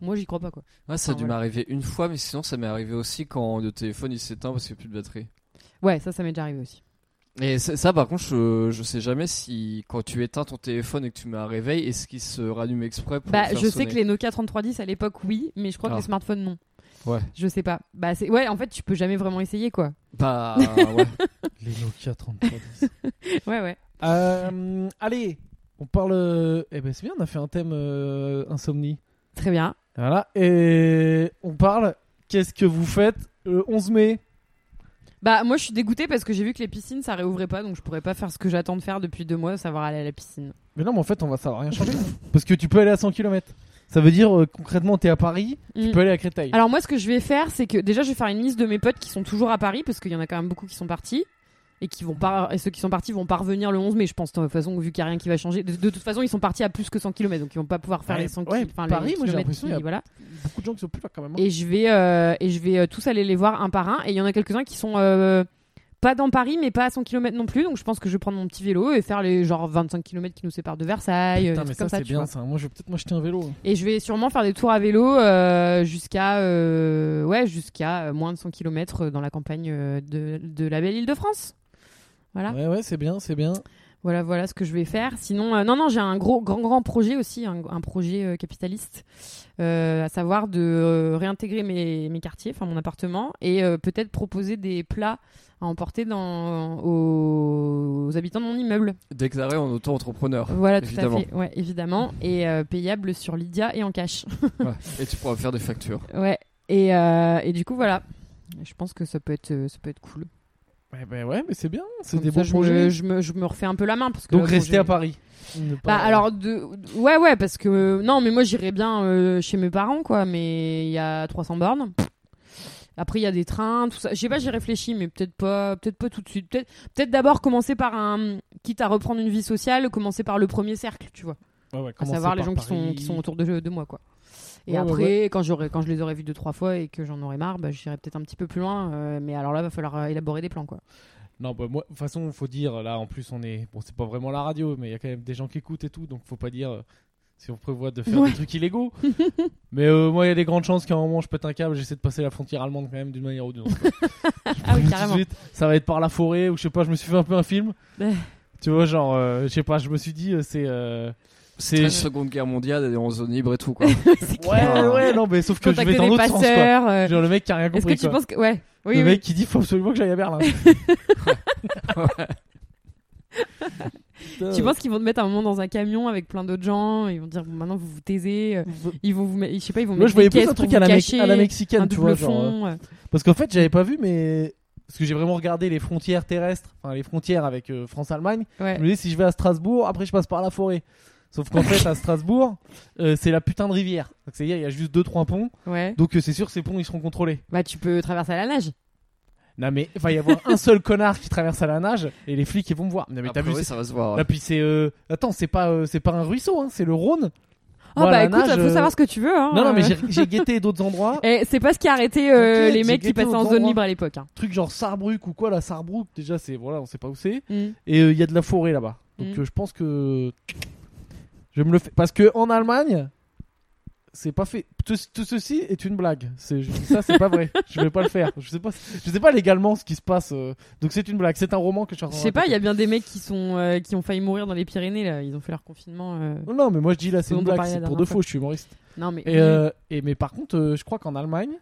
Speaker 3: Moi, j'y crois pas quoi.
Speaker 2: Ouais, ça a
Speaker 3: Ah,
Speaker 2: dû
Speaker 3: voilà.
Speaker 2: m'arriver une fois, mais sinon, ça m'est arrivé aussi quand le téléphone il s'éteint parce qu'il n'y a plus de batterie.
Speaker 3: Ouais, ça, ça m'est déjà arrivé aussi.
Speaker 2: Et ça, ça, par contre, je, je sais jamais si quand tu éteins ton téléphone et que tu mets un réveil, est-ce qu'il se rallume exprès pour
Speaker 3: Bah,
Speaker 2: le faire
Speaker 3: je sais
Speaker 2: sonner
Speaker 3: que les Nokia 3310 à l'époque, oui, mais je crois que
Speaker 2: Ah.
Speaker 3: les smartphones, non.
Speaker 2: Ouais.
Speaker 3: Je sais pas. Bah, c'est ouais, en fait, tu peux jamais vraiment essayer quoi.
Speaker 2: Bah, ouais.
Speaker 1: Les Nokia 3310.
Speaker 3: Ouais, ouais.
Speaker 1: Euh, allez, on parle. euh, Eh ben, c'est bien. On a fait un thème euh, insomnie.
Speaker 3: Très bien.
Speaker 1: Voilà. Et on parle. Qu'est-ce que vous faites le 11 mai
Speaker 3: Bah, moi, je suis dégoûtée parce que j'ai vu que les piscines, ça réouvrait pas, donc je pourrais pas faire ce que j'attends de faire depuis deux mois, savoir aller à la piscine.
Speaker 1: Mais non, mais en fait, on va savoir rien changer. parce que tu peux aller à 100 km. Ça veut dire euh, concrètement, t'es à Paris, tu
Speaker 3: Mm.
Speaker 1: peux aller à Créteil.
Speaker 3: Alors moi, ce que je vais faire, c'est que déjà, je vais faire une liste de mes potes qui sont toujours à Paris, parce qu'il y en a quand même beaucoup qui sont partis. Et, qui vont pas, et ceux qui sont partis vont pas revenir le 11 mai, je pense. De toute façon, vu qu'il n'y a rien qui va changer. De, de toute façon, ils sont partis à plus que 100 km, donc ils vont pas pouvoir faire
Speaker 1: Ouais,
Speaker 3: les 100
Speaker 1: ouais,
Speaker 3: enfin,
Speaker 1: Paris,
Speaker 3: les
Speaker 1: moi, j'ai
Speaker 3: kilomètres
Speaker 1: l'impression,
Speaker 3: qui-
Speaker 1: il y a-
Speaker 3: voilà.
Speaker 1: beaucoup de gens qui sont plus là quand même. hein.
Speaker 3: Et je vais, euh, et je vais euh, tous aller les voir un par un. Et il y en a quelques-uns qui sont euh, pas dans Paris, mais pas à 100 km non plus. Donc je pense que je vais prendre mon petit vélo et faire les genre 25 km qui nous séparent de Versailles. euh,
Speaker 1: Putain,
Speaker 3: des
Speaker 1: mais
Speaker 3: trucs
Speaker 1: ça,
Speaker 3: comme ça,
Speaker 1: c'est
Speaker 3: tu
Speaker 1: bien
Speaker 3: vois.
Speaker 1: ça. Moi, je vais peut-être m'acheter un vélo. hein.
Speaker 3: Et je vais sûrement faire des tours à vélo euh, jusqu'à euh, ouais, jusqu'à euh, moins de 100 km dans la campagne euh, de, de la belle île de France. Voilà.
Speaker 1: Ouais, ouais, c'est bien, c'est bien.
Speaker 3: Voilà, voilà ce que je vais faire. Sinon, euh, non, non, j'ai un gros, grand, grand projet aussi, un, un projet euh, capitaliste, euh, à savoir de euh, réintégrer mes, mes quartiers, enfin mon appartement, et euh, peut-être proposer des plats à emporter dans, aux, aux habitants de mon immeuble.
Speaker 2: Déclaré en auto-entrepreneur.
Speaker 3: Voilà, tout
Speaker 2: Évidemment.
Speaker 3: à fait, ouais, évidemment, et euh, payable sur Lydia et en cash.
Speaker 2: Ouais. Et tu pourras faire des factures.
Speaker 3: ouais. Et, euh, et du coup, voilà. Je pense que ça peut être, euh, ça peut être cool.
Speaker 1: Ouais, bah ouais, mais c'est bien. C'est
Speaker 3: Comme
Speaker 1: des
Speaker 3: ça,
Speaker 1: bons
Speaker 3: je me,
Speaker 1: projets.
Speaker 3: je, me, je me refais un peu la main parce que
Speaker 1: Donc,
Speaker 3: là, bon,
Speaker 1: rester
Speaker 3: j'ai-
Speaker 1: à Paris. Ne
Speaker 3: Bah
Speaker 1: pas-
Speaker 3: alors de ouais ouais parce que euh, non mais moi j'irais bien euh, chez mes parents quoi mais il y a 300 bornes. Après il y a des trains tout ça. Je sais pas, j'ai réfléchi mais peut-être pas peut-être pas tout de suite. Peut-être peut-être d'abord commencer par un quitte à reprendre une vie sociale, commencer par le premier cercle, tu vois.
Speaker 1: Ouais, ouais,
Speaker 3: À
Speaker 1: commencer
Speaker 3: savoir les
Speaker 1: par
Speaker 3: gens qui sont
Speaker 1: Paris.
Speaker 3: qui sont autour de, de moi quoi. Et
Speaker 1: Ouais, ouais,
Speaker 3: après quand j'aurai quand je les aurai vus deux trois fois et que j'en aurai marre, bah, j'irai peut-être un petit peu plus loin euh, mais alors là va falloir euh, élaborer des plans quoi.
Speaker 1: Non, bah, moi, de toute façon, faut dire, là, en plus, on est. Bon, c'est pas vraiment la radio, mais il y a quand même des gens qui écoutent et tout, donc faut pas dire euh, si on prévoit de faire
Speaker 3: Ouais.
Speaker 1: des trucs illégaux. mais euh, moi, il y a des grandes chances qu'à un moment, je pète un câble, j'essaie de passer la frontière allemande quand même d'une manière ou d'une autre.
Speaker 3: Ah
Speaker 1: Tout
Speaker 3: oui,
Speaker 1: de
Speaker 3: carrément.
Speaker 1: suite, ça va être par la forêt, ou je sais pas, je me suis fait un peu un film.
Speaker 3: Ouais.
Speaker 1: tu vois, genre, euh, je sais pas, je me suis dit, euh, c'est. euh,
Speaker 2: C'est
Speaker 1: c'est.
Speaker 2: la Seconde Guerre mondiale, elle est en zone libre et tout, quoi.
Speaker 1: Ouais,
Speaker 2: clair.
Speaker 1: ouais, non, mais sauf que je vais
Speaker 3: Contacter
Speaker 1: dans
Speaker 3: des
Speaker 1: l'autre sens, quoi.
Speaker 3: passeurs. euh,
Speaker 1: Genre, le mec qui a rien
Speaker 3: Est-ce
Speaker 1: compris.
Speaker 3: que tu
Speaker 1: quoi.
Speaker 3: penses que ouais oui,
Speaker 1: le
Speaker 3: oui.
Speaker 1: mec qui dit, faut absolument que j'aille à Berlin.
Speaker 3: Tu penses qu'ils vont te mettre un moment dans un camion avec plein d'autres gens Ils vont te dire bon, maintenant vous vous taisez. euh,
Speaker 1: Putain.
Speaker 3: Ils vont vous, mettre- je sais pas, ils vont
Speaker 1: Moi,
Speaker 3: mettre
Speaker 1: je voyais
Speaker 3: des
Speaker 1: plus
Speaker 3: caisses
Speaker 1: un
Speaker 3: pour
Speaker 1: truc à la,
Speaker 3: vous
Speaker 1: mec-
Speaker 3: cacher,
Speaker 1: à la
Speaker 3: un
Speaker 1: mexicaine, tu vois.
Speaker 3: double
Speaker 1: genre, euh,
Speaker 3: fond. euh.
Speaker 1: parce qu'en fait, j'avais pas vu, mais. Parce que j'ai vraiment regardé les frontières terrestres, enfin les frontières avec euh, France-Allemagne.
Speaker 3: Ouais.
Speaker 1: Je me dis, si je vais à Strasbourg, après je passe par la forêt. Sauf qu'en fait, à Strasbourg, euh, c'est la putain de rivière. Donc, C'est-à-dire, il y a juste 2-3 ponts.
Speaker 3: ouais.
Speaker 1: Donc, euh, c'est sûr, ces ponts, ils seront contrôlés.
Speaker 3: Bah tu peux traverser à la nage.
Speaker 1: Non, mais il va y avoir un seul connard qui traverse à la nage et les flics, ils vont me voir. Non, mais t'as
Speaker 2: Après, oui,
Speaker 1: vu. c'est-
Speaker 2: ça va se voir.
Speaker 1: Là, puis c'est. euh, Attends, c'est pas, euh, c'est pas un ruisseau, hein, c'est le Rhône.
Speaker 3: Oh
Speaker 1: Moi, à
Speaker 3: bah
Speaker 1: la
Speaker 3: écoute,
Speaker 1: nage,
Speaker 3: faut
Speaker 1: euh,
Speaker 3: savoir ce que tu veux. hein,
Speaker 1: Non, non, mais
Speaker 3: euh.
Speaker 1: j'ai- j'ai guetté d'autres endroits.
Speaker 3: Eh, c'est pas ce qui a arrêté euh,
Speaker 1: T'inquiète,
Speaker 3: les mecs
Speaker 1: j'ai
Speaker 3: qui passaient
Speaker 1: guetté
Speaker 3: en
Speaker 1: aux
Speaker 3: zone
Speaker 1: endroits.
Speaker 3: libre à l'époque. hein.
Speaker 1: truc genre Sarbruck ou quoi la Sarbruck déjà c'est voilà on sait pas où c'est
Speaker 3: Mm.
Speaker 1: et euh, il y a de la forêt là-bas donc
Speaker 3: Mm.
Speaker 1: euh, je pense que je vais me le fais parce que en Allemagne c'est pas fait tout, tout ceci est une blague c'est je dis ça c'est pas vrai je vais pas le faire je sais pas je sais pas légalement ce qui se passe euh, donc c'est une blague c'est un roman que je suis en
Speaker 3: Je
Speaker 1: train de
Speaker 3: sais pas, il y
Speaker 1: raconter.
Speaker 3: a bien des mecs qui sont euh, qui ont failli mourir dans les Pyrénées là. Ils ont fait leur confinement. euh.
Speaker 1: non, non, mais moi je dis là c'est
Speaker 3: Dont
Speaker 1: une
Speaker 3: on
Speaker 1: blague
Speaker 3: parlait la
Speaker 1: c'est pour
Speaker 3: dernière
Speaker 1: de
Speaker 3: fois.
Speaker 1: faux je suis humoriste
Speaker 3: Non mais
Speaker 1: Oh. et, euh, et mais par contre euh, je crois qu'en Allemagne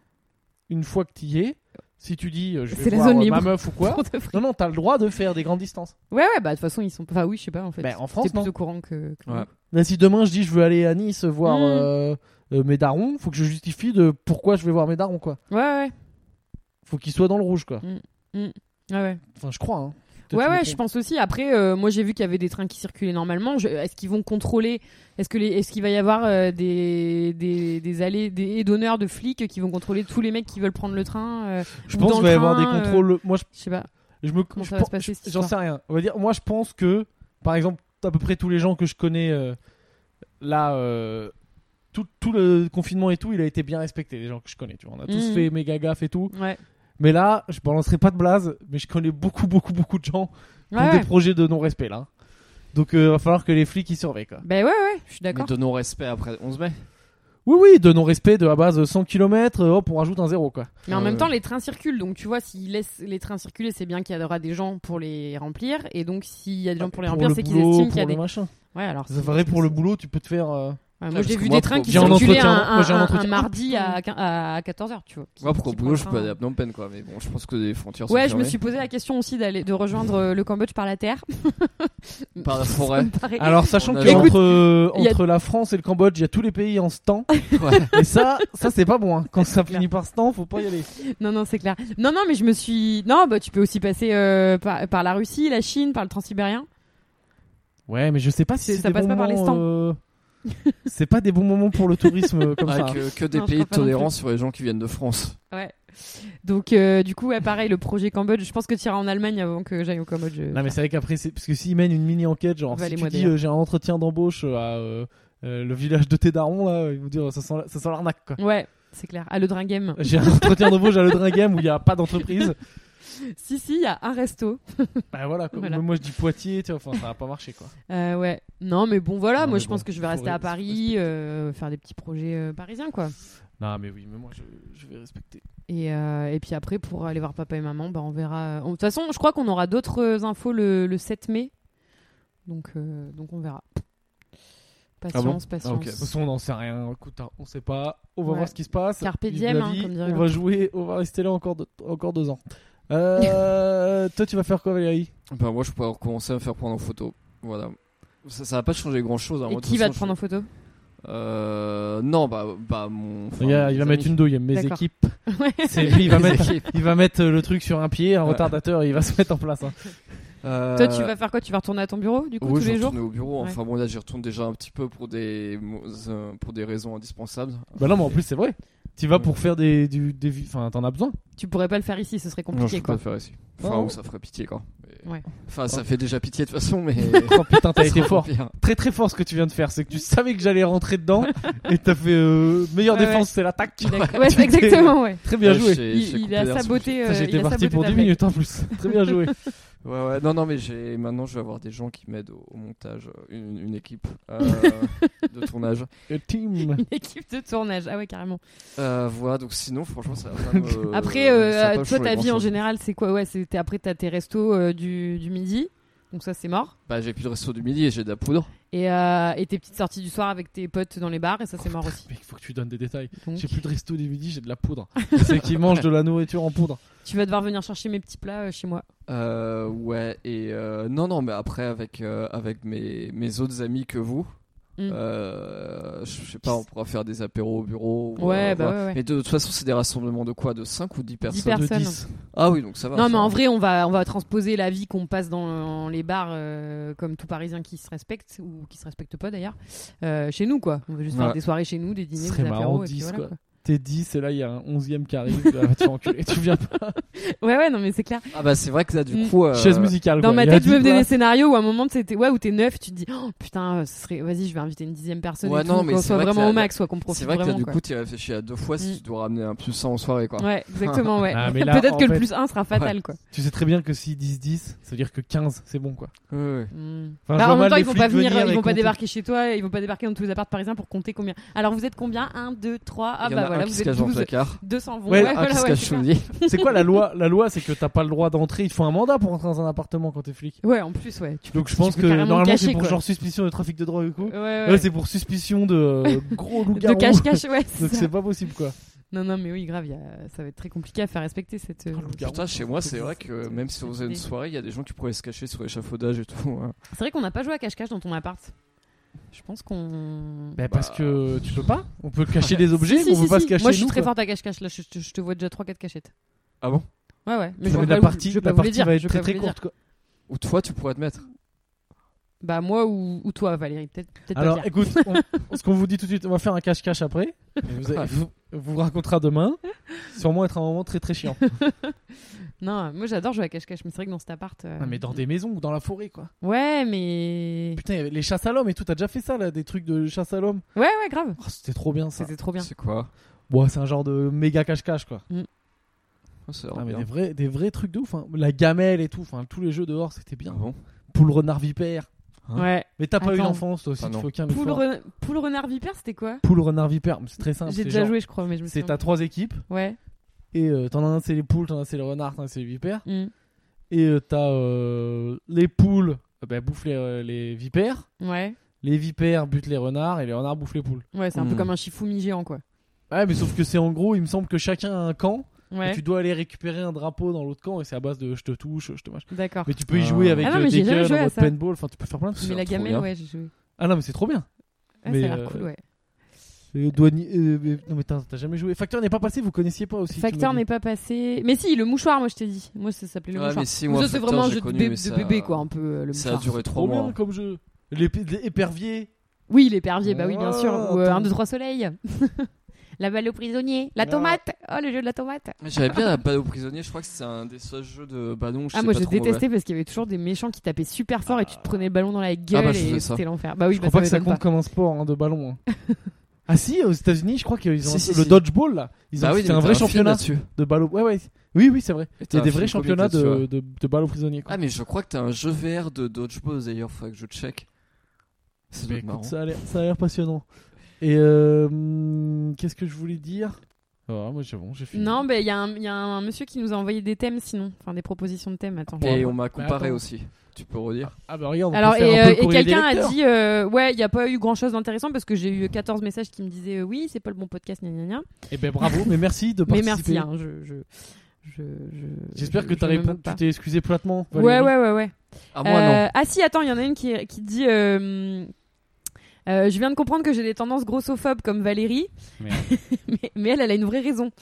Speaker 1: une fois que t'y es si tu dis euh, je vais
Speaker 3: C'est la
Speaker 1: voir,
Speaker 3: zone
Speaker 1: euh, ma
Speaker 3: libre.
Speaker 1: meuf ou quoi
Speaker 3: pour de vrai.
Speaker 1: non non t'as le droit de faire des grandes distances
Speaker 3: Ouais ouais, bah de toute façon ils sont. Enfin oui, je sais pas en fait.
Speaker 1: Ben, en France,
Speaker 3: T'es plus
Speaker 1: non.
Speaker 3: au courant que. que
Speaker 2: Ouais.
Speaker 3: nous.
Speaker 1: Là, si demain je dis je veux aller à Nice voir
Speaker 3: Mm.
Speaker 1: euh, euh, mes darons, faut que je justifie de pourquoi je vais voir mes darons, quoi.
Speaker 3: Ouais ouais.
Speaker 1: Faut qu'ils soient dans le rouge, quoi.
Speaker 3: Ouais ouais.
Speaker 1: Enfin, je crois. hein. Peut-être
Speaker 3: Ouais,
Speaker 1: je me
Speaker 3: ouais,
Speaker 1: trompe.
Speaker 3: je pense aussi. Après, euh, moi, j'ai vu qu'il y avait des trains qui circulaient normalement. Je- Est-ce qu'ils vont contrôler Est-ce que les... est-ce qu'il va y avoir euh, des... Des... des allées, des donneurs de flics qui vont contrôler tous les mecs qui veulent prendre le train euh,
Speaker 1: Je
Speaker 3: ou
Speaker 1: pense
Speaker 3: dans
Speaker 1: qu'il
Speaker 3: le
Speaker 1: va y avoir des
Speaker 3: train, euh,
Speaker 1: contrôles. Moi, je,
Speaker 3: Je sais pas.
Speaker 1: je me.
Speaker 3: Comment
Speaker 1: je
Speaker 3: ça va
Speaker 1: pense-
Speaker 3: se passer, cette
Speaker 1: J'en sais rien. On va dire, moi, je pense que, par exemple, à peu près tous les gens que je connais euh, là. euh, tout, tout le confinement et tout, il a été bien respecté, les gens que je connais. Tu vois. On a tous
Speaker 3: Mm.
Speaker 1: fait méga gaffe et tout.
Speaker 3: Ouais.
Speaker 1: Mais là, je balancerai pas de blase, mais je connais beaucoup, beaucoup, beaucoup de gens qui ont
Speaker 3: Ouais,
Speaker 1: des projets de non-respect là. Donc, euh, va falloir que les flics y surveillent. Quoi.
Speaker 3: Ben ouais, ouais, je suis
Speaker 2: Mais
Speaker 3: d'accord.
Speaker 2: de non-respect après 11 mai.
Speaker 1: Oui, oui, de non-respect de à base de 100 km, hop, on rajoute un zéro, quoi.
Speaker 3: Mais en
Speaker 2: Euh,
Speaker 3: même temps, les trains circulent. Donc, tu vois, s'ils laissent les trains circuler, c'est bien qu'il y aura des gens pour les remplir. Et donc, s'il y a des gens pour les remplir,
Speaker 1: Ah, le
Speaker 3: c'est qu'ils
Speaker 1: boulot,
Speaker 3: estiment qu'il y a
Speaker 1: pour le
Speaker 3: des.
Speaker 1: machin.
Speaker 3: Ouais, alors.
Speaker 1: C'est
Speaker 3: c'est-
Speaker 1: vrai, pour le boulot, tu peux te faire. euh,
Speaker 3: Ouais, moi,
Speaker 2: parce
Speaker 3: j'ai
Speaker 2: que
Speaker 3: vu
Speaker 2: moi,
Speaker 3: des trains
Speaker 2: pour-
Speaker 3: qui
Speaker 1: j'ai un
Speaker 3: circulaient un,
Speaker 1: entretien, moi, j'ai un
Speaker 3: un- un
Speaker 1: entretien.
Speaker 3: mardi à, quin- à 14h, tu vois.
Speaker 2: Moi, pour au
Speaker 3: Tu
Speaker 2: boulot, je
Speaker 3: prends
Speaker 2: peux
Speaker 3: le train, hein.
Speaker 2: aller à Phnom Penh, quoi. Mais bon, je pense que les frontières sont
Speaker 3: Ouais, je me
Speaker 2: fermées.
Speaker 3: suis posé la question aussi d'aller de rejoindre euh, le Cambodge par la terre.
Speaker 2: Par la
Speaker 3: Ça me
Speaker 2: forêt.
Speaker 3: paraît-
Speaker 1: Alors, sachant
Speaker 2: On a-
Speaker 1: qu'entre
Speaker 3: Écoute,
Speaker 1: entre, euh,
Speaker 3: il y a-
Speaker 1: entre la France et le Cambodge, il y a tous les pays en ce temps.
Speaker 2: Ouais.
Speaker 1: et ça, ça c'est pas bon. hein. Quand ça
Speaker 3: clair.
Speaker 1: finit par ce temps, faut pas y aller.
Speaker 3: Non, non, c'est clair. Non, non, mais je me suis. Non, bah tu peux aussi passer euh, par, par la Russie, la Chine, par le Transsibérien.
Speaker 1: Ouais, mais je sais pas si
Speaker 3: C'est-
Speaker 1: c'est
Speaker 3: ça
Speaker 1: des
Speaker 3: passe
Speaker 1: bons
Speaker 3: pas par les
Speaker 1: moments, euh, c'est pas des bons moments pour le tourisme euh, comme
Speaker 2: Ouais,
Speaker 1: ça. hein.
Speaker 2: que, que des
Speaker 3: Non, je
Speaker 2: pays
Speaker 3: crois pas non
Speaker 2: tolérants
Speaker 3: plus.
Speaker 2: sur les gens qui viennent de France.
Speaker 3: Ouais. Donc, euh, du coup, ouais, pareil, le projet Cambodge. Je pense que tu iras en Allemagne avant que j'aille au Cambodge. euh,
Speaker 1: Non, mais c'est vrai qu'après, c'est parce que s'ils mènent une mini enquête, genre si tu
Speaker 3: Valais-moi
Speaker 1: dis
Speaker 3: d'ailleurs.
Speaker 1: euh, j'ai un entretien d'embauche à euh, euh, le village de Tédaron, là, ils vont dire ça sent la- ça sent l'arnaque, quoi.
Speaker 3: Ouais, c'est clair. À Le Dringhem.
Speaker 1: J'ai un entretien d'embauche à Le Dringhem où il n'y a pas d'entreprise.
Speaker 3: Si, si, il y a un resto.
Speaker 1: Bah voilà, quoi.
Speaker 3: Voilà.
Speaker 1: Mais moi je dis Poitiers, tu vois, enfin ça va pas marcher quoi.
Speaker 3: Euh, ouais. Non, mais bon, voilà.
Speaker 1: Non,
Speaker 3: moi,
Speaker 1: mais
Speaker 3: je pense
Speaker 1: bon,
Speaker 3: que je vais
Speaker 1: faut
Speaker 3: rester à
Speaker 1: rester-
Speaker 3: Paris, euh, faire des petits projets euh, parisiens, quoi.
Speaker 1: Non, mais oui, mais moi je, je vais respecter.
Speaker 3: Et, euh, et puis après, pour aller voir papa et maman, bah, on verra. De toute façon, je crois qu'on aura d'autres infos le, le 7 mai. Donc, euh, donc on verra. Patience, patience.
Speaker 2: Ah, ok.
Speaker 1: De toute façon, on n'en sait rien. Écoute, hein, on sait pas. On va
Speaker 3: Ouais.
Speaker 1: voir ce qui se passe.
Speaker 3: Carpe
Speaker 1: Vive
Speaker 3: diem,
Speaker 1: la
Speaker 3: hein,
Speaker 1: vie.
Speaker 3: comme dirait
Speaker 1: On
Speaker 3: l'autre.
Speaker 1: va jouer, on va rester là encore, deux- encore deux ans. Euh, toi, tu vas faire quoi, Valérie
Speaker 2: Bah, moi, je pourrais recommencer à me faire prendre en photo. Voilà. Ça, ça va pas changer hein, grand chose.
Speaker 3: Et qui va te prendre en photo
Speaker 2: Euh. Non, bah, bah mon. enfin,
Speaker 1: il,
Speaker 2: mes
Speaker 1: va
Speaker 2: amis.
Speaker 1: mettre une douille, mes
Speaker 3: D'accord.
Speaker 1: équipes.
Speaker 3: Ouais.
Speaker 1: C'est lui, il va,
Speaker 2: Mes
Speaker 1: mettre,
Speaker 2: équipes.
Speaker 1: il va mettre euh, le truc sur un pied, un
Speaker 2: Ouais.
Speaker 1: retardateur, et il va se mettre en place. hein.
Speaker 2: Euh,
Speaker 3: Toi, tu vas faire quoi Tu vas retourner à ton bureau, du coup,
Speaker 2: oui,
Speaker 3: tous
Speaker 2: je
Speaker 3: les jours
Speaker 2: retourne au bureau.
Speaker 3: Ouais.
Speaker 2: Enfin bon, là, j'y retourne déjà un petit peu pour des mo- euh, pour des raisons indispensables.
Speaker 1: Bah non, mais en plus, c'est vrai. Tu vas
Speaker 2: Ouais.
Speaker 1: pour faire des. du- des vi- Enfin, t'en as besoin.
Speaker 3: Tu pourrais pas le faire ici, ce serait
Speaker 2: Non, je
Speaker 3: compliqué,
Speaker 2: peux
Speaker 3: quoi.
Speaker 2: pas le faire ici. Enfin,
Speaker 1: Oh.
Speaker 2: ou ça ferait pitié, quoi. Mais-
Speaker 3: Ouais.
Speaker 2: Enfin, ça fait déjà pitié de toute façon, mais.
Speaker 1: Oh putain, t'as
Speaker 2: Ça
Speaker 1: Oh. été
Speaker 2: sera
Speaker 1: fort.
Speaker 2: pire.
Speaker 1: Très très fort ce que tu viens de faire. C'est que tu savais que j'allais rentrer dedans et t'as fait euh, meilleure
Speaker 3: Ouais,
Speaker 1: défense, c'est l'attaque.
Speaker 3: D'accord. Ouais, c'est exactement, ouais.
Speaker 1: Très bien
Speaker 2: Ouais,
Speaker 1: joué.
Speaker 2: Ah, j'ai-
Speaker 3: Il,
Speaker 2: j'ai
Speaker 3: il
Speaker 2: coupé
Speaker 3: a
Speaker 2: l'air
Speaker 3: saboté.
Speaker 1: Putain,
Speaker 3: euh, il
Speaker 1: J'étais
Speaker 3: a
Speaker 1: parti
Speaker 3: saboté
Speaker 1: pour
Speaker 3: ta
Speaker 1: 10
Speaker 3: blague.
Speaker 1: minutes en plus. Très bien joué.
Speaker 2: Ouais, ouais. Non, non, mais j'ai maintenant je vais avoir des gens qui m'aident au, au montage, euh, une, une équipe euh, de tournage.
Speaker 1: Le team.
Speaker 3: Une équipe de tournage. Ah ouais, carrément.
Speaker 2: Euh, voilà, donc sinon, franchement, ça va pas me-
Speaker 3: Après, euh,
Speaker 2: ça va pas me
Speaker 3: toi,
Speaker 2: changer
Speaker 3: ta vie en
Speaker 2: grand-chose.
Speaker 3: général, c'est quoi Ouais, c'était après, t'as tes restos euh, du, du midi, donc ça, c'est mort.
Speaker 2: Bah, j'ai plus de resto du midi et j'ai de la poudre.
Speaker 3: Et, euh, et tes petites sorties du soir avec tes potes dans les bars, et ça, c'est mort aussi.
Speaker 1: Mais il faut que tu donnes des détails.
Speaker 3: Donc,
Speaker 1: J'ai plus de resto du midi, j'ai de la poudre. C'est qui mange de la nourriture en poudre.
Speaker 3: tu vas devoir venir chercher mes petits plats euh, chez moi.
Speaker 2: Euh, ouais, et euh, non, non, mais après, avec, euh, avec mes, mes autres amis que vous,
Speaker 3: Mm.
Speaker 2: euh, je je sais pas, on pourra faire des apéros au bureau. ou,
Speaker 3: Ouais,
Speaker 2: euh,
Speaker 3: bah
Speaker 2: voilà.
Speaker 3: ouais, ouais.
Speaker 2: Mais de, toute façon, c'est des rassemblements de quoi De 5 ou 10 personnes
Speaker 3: personnes.
Speaker 1: De 10.
Speaker 2: Ah oui, donc ça va.
Speaker 3: non,
Speaker 2: ça
Speaker 3: mais
Speaker 2: va.
Speaker 3: en vrai, on va, on va transposer la vie qu'on passe dans les bars, euh, comme tout Parisien qui se respecte, ou qui se respecte pas d'ailleurs, euh, chez nous, quoi. On va juste faire
Speaker 2: Ouais.
Speaker 3: des soirées chez nous, des dîners,
Speaker 1: Ce
Speaker 3: des
Speaker 1: serait
Speaker 3: apéros,
Speaker 1: marrant,
Speaker 3: et puis
Speaker 1: 10,
Speaker 3: voilà,
Speaker 1: quoi.
Speaker 3: quoi.
Speaker 1: T'es 10 et là il y a un 11ème qui arrive. Ah, tu vas te faire enculer. Tu viens pas.
Speaker 3: Ouais, ouais, non, mais c'est clair.
Speaker 2: Ah bah, c'est vrai que là, du
Speaker 3: Mm.
Speaker 2: coup. euh,
Speaker 1: Chaise musicale.
Speaker 3: Dans
Speaker 1: quoi.
Speaker 3: ma
Speaker 1: Il y a
Speaker 3: tête, je me
Speaker 1: 10
Speaker 3: faisais des
Speaker 1: places.
Speaker 3: scénarios où à un moment, c'était ouais, où t'es neuf, tu te dis oh, putain, euh, ce serait vas-y, je vais inviter une dixième personne
Speaker 2: Ouais,
Speaker 3: et
Speaker 2: non,
Speaker 3: tout,
Speaker 2: mais
Speaker 3: qu'on
Speaker 2: c'est
Speaker 3: soit
Speaker 2: vrai que
Speaker 3: vraiment
Speaker 2: là-
Speaker 3: au max, soit qu'on profite
Speaker 2: C'est vrai que là,
Speaker 3: vraiment.
Speaker 2: du
Speaker 3: quoi.
Speaker 2: coup, tu réfléchis à deux fois si
Speaker 3: Mm.
Speaker 2: tu dois ramener un plus 100 en soirée, quoi.
Speaker 3: Ouais, exactement, ouais.
Speaker 1: Ah, mais là,
Speaker 3: Peut-être
Speaker 1: en
Speaker 3: que le
Speaker 1: fait-
Speaker 3: plus 1 sera fatal, quoi.
Speaker 1: Tu sais très bien que si 10-10, ça veut dire que 15, c'est bon quoi.
Speaker 2: Ouais, ouais.
Speaker 3: Mm.
Speaker 1: Enfin, je
Speaker 3: Bah,
Speaker 1: vois
Speaker 3: en même
Speaker 1: mal
Speaker 3: temps,
Speaker 1: les
Speaker 3: ils vont
Speaker 1: flics
Speaker 3: pas venir,
Speaker 1: venir
Speaker 3: ils
Speaker 1: et
Speaker 3: vont pas
Speaker 1: compter.
Speaker 3: débarquer chez toi, ils vont pas débarquer dans tous les apparts parisiens pour compter combien. Alors vous êtes combien 1, 2, 3, ah
Speaker 2: Il y en
Speaker 3: bah
Speaker 2: a un
Speaker 3: voilà,
Speaker 2: qui
Speaker 3: vous
Speaker 2: se
Speaker 3: êtes
Speaker 2: cache dans le
Speaker 3: 12,
Speaker 2: placard.
Speaker 3: 220.
Speaker 1: Ouais,
Speaker 3: Ouais,
Speaker 2: un
Speaker 3: voilà,
Speaker 2: qui se
Speaker 3: ouais,
Speaker 2: cache
Speaker 3: c'est
Speaker 2: sous
Speaker 3: ça.
Speaker 2: le lit.
Speaker 1: C'est quoi la loi La loi, c'est que t'as pas le droit d'entrer. Il faut un mandat pour entrer dans un appartement quand t'es flic.
Speaker 3: Ouais, en plus, ouais. Tu
Speaker 1: Donc je
Speaker 3: peux
Speaker 1: pense que
Speaker 3: carrément le
Speaker 1: normalement
Speaker 3: cacher,
Speaker 1: c'est pour
Speaker 3: quoi.
Speaker 1: genre suspicion de trafic de drogue et coup.
Speaker 3: Ouais, ouais,
Speaker 1: Là,
Speaker 3: ouais.
Speaker 1: c'est pour suspicion de euh, gros loup
Speaker 3: De cache-cache, ouais. c'est
Speaker 1: Donc
Speaker 3: ça.
Speaker 1: c'est pas possible quoi.
Speaker 3: Non, non, mais oui, grave, il y a- ça va être très compliqué à faire respecter cette.
Speaker 2: Oh,
Speaker 3: euh,
Speaker 1: Loup-garou.
Speaker 2: Putain, chez moi, c'est vrai que même si on faisait une soirée, il y a des gens qui pourraient se cacher sur l'échafaudage et tout. hein.
Speaker 3: C'est vrai qu'on n'a pas joué à cache-cache dans ton appart. Je pense qu'on.
Speaker 1: Bah, parce
Speaker 2: Bah.
Speaker 1: que tu peux pas. On peut cacher des objets,
Speaker 3: Si,
Speaker 1: mais on
Speaker 3: si,
Speaker 1: peut
Speaker 3: si,
Speaker 1: pas
Speaker 3: si.
Speaker 1: se cacher.
Speaker 3: Moi, je suis
Speaker 1: nous,
Speaker 3: très
Speaker 1: quoi.
Speaker 3: forte à cache-cache. Là, je, je- je te vois déjà 3-4 cachettes.
Speaker 2: Ah bon
Speaker 3: Ouais, ouais. Mais
Speaker 1: Mais
Speaker 3: je vais pas
Speaker 1: la
Speaker 3: vous-
Speaker 1: partie,
Speaker 3: je vais pas
Speaker 1: la
Speaker 3: vous
Speaker 1: partie
Speaker 3: les dire,
Speaker 1: va
Speaker 3: je
Speaker 1: être très
Speaker 3: vais pas
Speaker 1: très
Speaker 3: vous les dire.
Speaker 1: courte. quoi.
Speaker 2: Ou toi, tu pourrais te mettre
Speaker 3: Bah, moi ou, ou toi, Valérie. Peut-être peut-être pas
Speaker 1: Alors
Speaker 3: Pierre.
Speaker 1: écoute, on- ce qu'on vous dit tout de suite, on va faire un cache-cache après. Et vous,
Speaker 2: Ah.
Speaker 1: vous, vous racontera demain. Sûrement être un moment très très chiant.
Speaker 3: Non, moi, j'adore jouer à cache-cache. Mais c'est vrai que dans cet appart. euh,
Speaker 1: Non, mais dans des maisons ou dans la forêt quoi.
Speaker 3: Ouais, mais.
Speaker 1: Putain, il y avait les chasses à l'homme et tout. T'as déjà fait ça là, des trucs de chasse à l'homme.
Speaker 3: Ouais, ouais, grave.
Speaker 1: Oh, C'était trop bien ça.
Speaker 3: C'était trop bien.
Speaker 2: C'est quoi
Speaker 1: Bon, c'est un genre de méga cache-cache quoi.
Speaker 2: Ah, ça a l'air
Speaker 1: Ah, mais
Speaker 2: bien.
Speaker 1: des vrais, des vrais trucs de ouf. hein. La gamelle et tout. Enfin, tous les jeux dehors, c'était bien.
Speaker 2: Ah bon
Speaker 1: Poule renard vipère.
Speaker 2: Hein
Speaker 3: Ouais.
Speaker 1: Mais t'as pas eu
Speaker 3: Attends.
Speaker 1: d'enfance toi aussi,
Speaker 2: Ah,
Speaker 1: tu
Speaker 2: non.
Speaker 1: fais aucun
Speaker 3: Poule,
Speaker 1: effort.
Speaker 3: re- Poule renard vipère, c'était quoi
Speaker 1: Poule renard vipère. Mais C'est très simple.
Speaker 3: J'ai
Speaker 1: Ah, c'est
Speaker 3: déjà
Speaker 1: genre-
Speaker 3: joué, je crois, mais je me
Speaker 1: C'est
Speaker 3: souviens.
Speaker 1: t'as trois équipes.
Speaker 3: Ouais.
Speaker 1: Et euh, t'en as un, c'est les poules, t'en as un, c'est les renards, t'en as un, c'est les vipères.
Speaker 3: Mm.
Speaker 1: Et euh, t'as euh, les poules, euh, bah, bouffent les, euh, les vipères.
Speaker 3: Ouais.
Speaker 1: Les vipères butent les renards et les renards bouffent les poules.
Speaker 3: Ouais, c'est un
Speaker 2: Mm.
Speaker 3: peu comme un chifoumi géant, quoi.
Speaker 1: Ouais, mais sauf que c'est en gros, il me semble que chacun a un camp et
Speaker 3: Ouais.
Speaker 1: tu dois aller récupérer un drapeau dans l'autre camp et c'est à base de je te touche, je te mâche.
Speaker 3: D'accord.
Speaker 1: Mais tu peux y jouer
Speaker 2: Ah.
Speaker 1: avec
Speaker 3: Ah non,
Speaker 1: euh,
Speaker 3: mais
Speaker 1: des
Speaker 3: j'ai jamais
Speaker 1: gueules
Speaker 3: joué
Speaker 1: en
Speaker 3: à
Speaker 1: mode
Speaker 3: ça.
Speaker 1: paintball, enfin tu peux faire plein de trucs.
Speaker 3: Mais la
Speaker 2: trop
Speaker 3: gamelle,
Speaker 2: bien.
Speaker 3: ouais, j'ai joué.
Speaker 1: Ah non, mais c'est trop bien.
Speaker 3: Ah, Ça a
Speaker 1: Mais,
Speaker 3: l'air
Speaker 1: euh,
Speaker 3: cool, ouais.
Speaker 1: Euh, douanier- euh, mais- non, mais t'as t'as jamais joué. Facteur n'est pas passé, vous connaissiez pas aussi. tu
Speaker 3: Facteur
Speaker 1: m'as dit.
Speaker 3: n'est pas passé. Mais si, le mouchoir, moi je t'ai dit. Moi ça s'appelait le
Speaker 2: Ouais,
Speaker 3: mouchoir.
Speaker 2: Ah, mais si,
Speaker 3: Ou
Speaker 2: moi,
Speaker 3: ça c'est
Speaker 2: Facteur,
Speaker 3: vraiment un
Speaker 2: j'ai
Speaker 3: jeu de,
Speaker 2: connu,
Speaker 3: bé-
Speaker 2: mais
Speaker 3: de
Speaker 2: ça-
Speaker 3: bébé quoi, un peu euh, le
Speaker 2: Ça a
Speaker 3: mouchoir.
Speaker 2: duré
Speaker 1: Trop
Speaker 2: 3
Speaker 1: bien
Speaker 2: mois.
Speaker 1: comme jeu. Les p- les éperviers.
Speaker 3: Oui, l'épervier, bah oui, bien sûr.
Speaker 1: Oh,
Speaker 3: Ou euh,
Speaker 1: attends.
Speaker 3: un, deux, trois soleils. la balle au prisonnier. La
Speaker 1: Non.
Speaker 3: tomate. Oh, le jeu de la tomate.
Speaker 2: J'avais bien la balle aux prisonniers, je crois que c'est un des seuls jeux de ballon. où
Speaker 3: Ah,
Speaker 2: j'étais
Speaker 3: moi
Speaker 2: pas
Speaker 3: je
Speaker 2: trop mauvais.
Speaker 3: détestais parce qu'il y avait toujours des méchants qui tapaient super
Speaker 1: Ah,
Speaker 3: fort et tu te prenais le ballon dans la gueule
Speaker 2: bah, je faisais
Speaker 3: et
Speaker 2: ça.
Speaker 3: c'était l'enfer. Bah oui,
Speaker 1: Je
Speaker 3: bah,
Speaker 1: crois pas que
Speaker 3: ça
Speaker 1: ça
Speaker 3: m'étonne
Speaker 1: compte comme un sport hein, de ballon. hein.
Speaker 3: pas.
Speaker 1: Ah si, aux États-Unis, je crois qu'ils ont
Speaker 2: Si, si,
Speaker 1: le
Speaker 2: si.
Speaker 1: dodgeball là. Ils ont
Speaker 2: Bah oui,
Speaker 1: c'est un
Speaker 2: mais
Speaker 1: vrai
Speaker 2: t'as film
Speaker 1: championnat
Speaker 2: là-dessus.
Speaker 1: de balle. Aux... Ouais ouais. Oui oui, c'est vrai.
Speaker 2: Et
Speaker 1: Il
Speaker 2: t'as
Speaker 1: y a
Speaker 2: un
Speaker 1: des
Speaker 2: film comique
Speaker 1: vrais championnats
Speaker 2: là-dessus, ouais.
Speaker 1: de, de, de balle aux prisonniers. Quoi.
Speaker 2: Ah mais je crois que t'as un jeu VR de dodgeball d'ailleurs, faudrait que je check. C'est
Speaker 1: Mais
Speaker 2: doit être
Speaker 1: écoute,
Speaker 2: marrant.
Speaker 1: ça a l'air ça a l'air passionnant. Et euh, hum, qu'est-ce que je voulais dire Ah, moi j'ai bon, j'ai fini.
Speaker 3: Non, mais il y, a un- il y a un monsieur qui nous a envoyé des thèmes sinon, enfin des propositions de thèmes. Attends. je
Speaker 2: Et
Speaker 3: reprends.
Speaker 2: on m'a comparé
Speaker 1: attends.
Speaker 2: aussi. Tu peux redire
Speaker 1: Ah bah regarde. on
Speaker 3: Alors,
Speaker 1: peut faire
Speaker 3: et,
Speaker 1: un peu
Speaker 3: euh,
Speaker 1: le
Speaker 3: et
Speaker 1: courrier des
Speaker 3: quelqu'un a
Speaker 1: lecteurs.
Speaker 3: dit euh, Ouais, il n'y a pas eu grand chose d'intéressant parce que j'ai eu 14 messages qui me disaient euh, Oui, c'est pas le bon podcast, gna gna gna.
Speaker 1: Eh ben bravo, mais merci de
Speaker 3: Mais
Speaker 1: participer.
Speaker 3: merci, hein, je. je... je- je-
Speaker 1: J'espère
Speaker 3: je-
Speaker 1: que
Speaker 3: je
Speaker 1: t'as
Speaker 3: ne
Speaker 1: répondu,
Speaker 3: moque pas.
Speaker 1: tu t'es excusé platement.
Speaker 3: Ouais,
Speaker 1: Valérie.
Speaker 3: ouais, ouais, ouais.
Speaker 2: Ah moi non.
Speaker 3: Euh, ah si, attends, il y en a une qui, qui dit euh, euh, Je viens de comprendre que j'ai des tendances grossophobes comme Valérie,
Speaker 1: Merde.
Speaker 3: mais, mais elle, elle a une vraie raison.